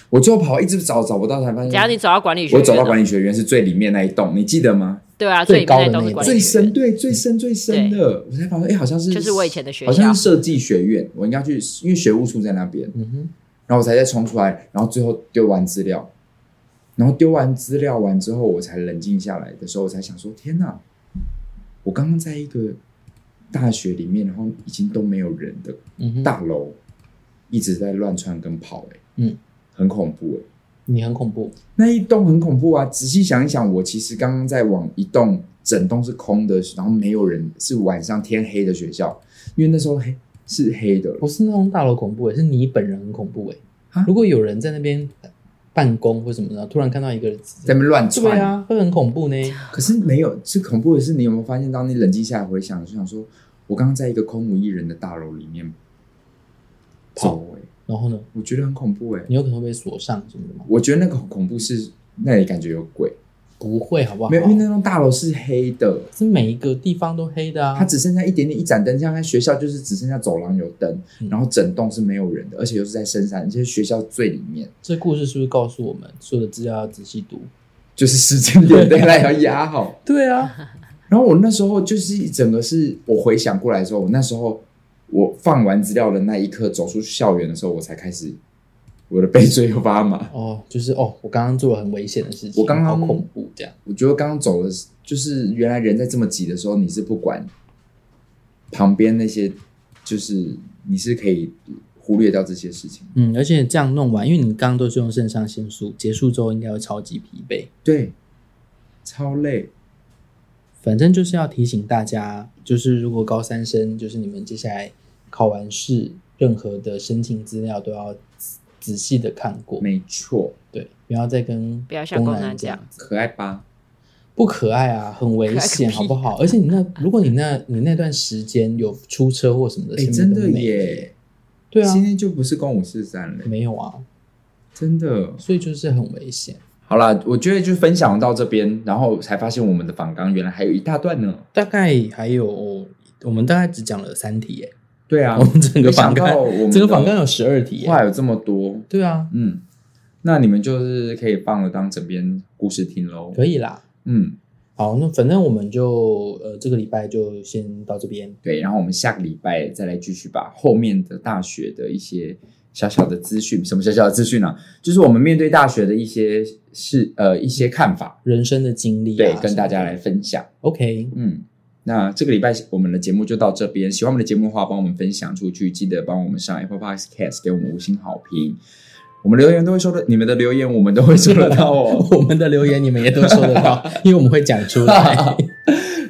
S1: 我最后跑一直找找不到，才发现
S3: 只要你走到管理学
S1: 我
S3: 院，
S1: 走到管理学院是最里面那一栋，你记得吗？
S3: 对啊，
S2: 最
S3: 最里面
S2: 高的
S3: 都
S2: 那
S3: 是
S2: 一栋
S3: 管理
S1: 最
S3: 学
S1: 深，
S3: 院，
S1: 对，最深最深的，我才发现，哎、好像是
S3: 就是我以前的学
S1: 好
S3: 校
S1: 像。是设计学院，我应该去，因为学务处在那边，
S2: 嗯哼，
S1: 然后我才再冲出来，然后最后丢完资料，然后丢完资料完之后，我才冷静下来的时候，我才想说，天哪，我刚刚在一个大学里面，然后已经都没有人的
S2: 嗯哼，
S1: 大楼，一直在乱窜跟跑、哎，
S2: 嗯，
S1: 很恐怖、哎。
S2: 你很恐怖。
S1: 那一栋很恐怖啊！仔细想一想，我其实刚刚在往一栋整栋是空的，然后没有人，是晚上天黑的学校，因为那时候黑是黑的。
S2: 不是那栋大楼恐怖诶、欸是你本人很恐怖诶、欸
S1: 啊
S2: 如果有人在那边办公或什么的，突然看到一个人
S1: 在那边乱
S2: 对
S1: 窜，
S2: 啊，会很恐怖呢。
S1: 可是没有。最恐怖的是，你有没有发现，当你冷静下来回想，就想说，我刚刚在一个空无一人的大楼里面
S2: 跑
S1: 走、欸，
S2: 然后呢，
S1: 我觉得很恐怖、欸，
S2: 你有可能会被锁上什么的吗？
S1: 我觉得那个恐怖是那里感觉有鬼，
S2: 不会，好不好？
S1: 没有，因为那栋大楼是黑的，
S2: 是每一个地方都黑的啊。
S1: 它只剩下一点点一盏灯，像在学校就是只剩下走廊有灯
S2: 嗯，
S1: 然后整栋是没有人的，而且又是在深山，就是学校最里面，
S2: 这故事是不是告诉我们，所有的资料要仔细读？
S1: 就是时间点大家要压好。
S2: 对啊，
S1: 然后我那时候就是整个是我回想过来的时候，我那时候我放完资料的那一刻走出校园的时候，我才开始我的背椎又发麻。
S2: 哦，就是哦，我刚刚做了很危险的事情，
S1: 我刚刚
S2: 好恐怖这样。
S1: 我觉得刚刚走的，就是原来人在这么挤的时候，你是不管旁边那些，就是你是可以忽略掉这些事情。
S2: 嗯，而且这样弄完，因为你刚刚都是用肾上腺素，结束之后应该会超级疲惫。
S1: 对，超累。
S2: 反正就是要提醒大家，就是如果高三生，就是你们接下来考完试，任何的申请资料都要仔仔细的看过，
S1: 没错，
S2: 对，不要再跟
S3: 不要像
S2: 宫
S3: 宫南
S2: 这样
S3: 这样
S2: 子，
S1: 可爱吧？
S2: 不可爱啊，很危险，
S3: 可
S2: 好
S3: 爱个屁
S2: 不好？而且你那，如果你那你那段时间有出车祸什么的，
S1: 哎、
S2: 生命
S1: 真
S2: 都
S1: 的
S2: 没
S1: 耶！
S2: 对啊，
S1: 今天就不是公五四三了，
S2: 没有啊，
S1: 真的。
S2: 所以就是很危险。
S1: 好啦，我觉得就分享到这边，然后才发现我们的访纲原来还有一大段呢。
S2: 大概还有，我们大概只讲了三题耶，
S1: 对啊
S2: 我，们整个访
S1: 没想
S2: 纲
S1: 到我们，的
S2: 整个访纲有十二题耶，
S1: 话有这么多，
S2: 对啊，
S1: 嗯，那你们就是可以放了当枕边故事听喽。
S2: 可以啦。
S1: 嗯，
S2: 好，那反正我们就呃这个礼拜就先到这边。
S1: 对，然后我们下个礼拜再来继续把后面的大学的一些小小的资讯，什么小小的资讯呢、就是我们面对大学的一些事，呃，一些看法，
S2: 人生的经历、啊，
S1: 对，跟大家来分享。
S2: OK，
S1: 嗯，那这个礼拜我们的节目就到这边。喜欢我们的节目的话，帮我们分享出去，记得帮我们上 Apple Podcast 给我们五星好评。我们留言都会收到，你们的留言我们都会收得到 哦。
S2: 我们的留言你们也都收得 到，因为我们会讲出来。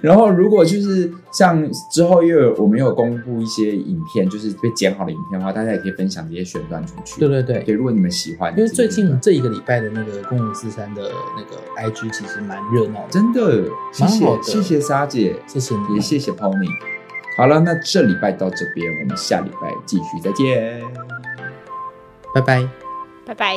S1: 然后，如果就是像之后又有我们又有公布一些影片，就是被剪好的影片的话，大家也可以分享这些选段出去。
S2: 对对对，
S1: 对，如果你们喜欢，
S2: 因为最
S1: 记得
S2: 近这一个礼拜的那个公五四三的那个 IG 其实蛮热闹的，
S1: 真的谢
S2: 蛮好
S1: 谢谢
S2: 的
S1: 谢莎姐，
S2: 谢谢你
S1: 也
S2: 们，
S1: 谢谢 Pony。好了，那这礼拜到这边，我们下礼拜继续再见。
S2: 拜拜。
S3: 拜拜。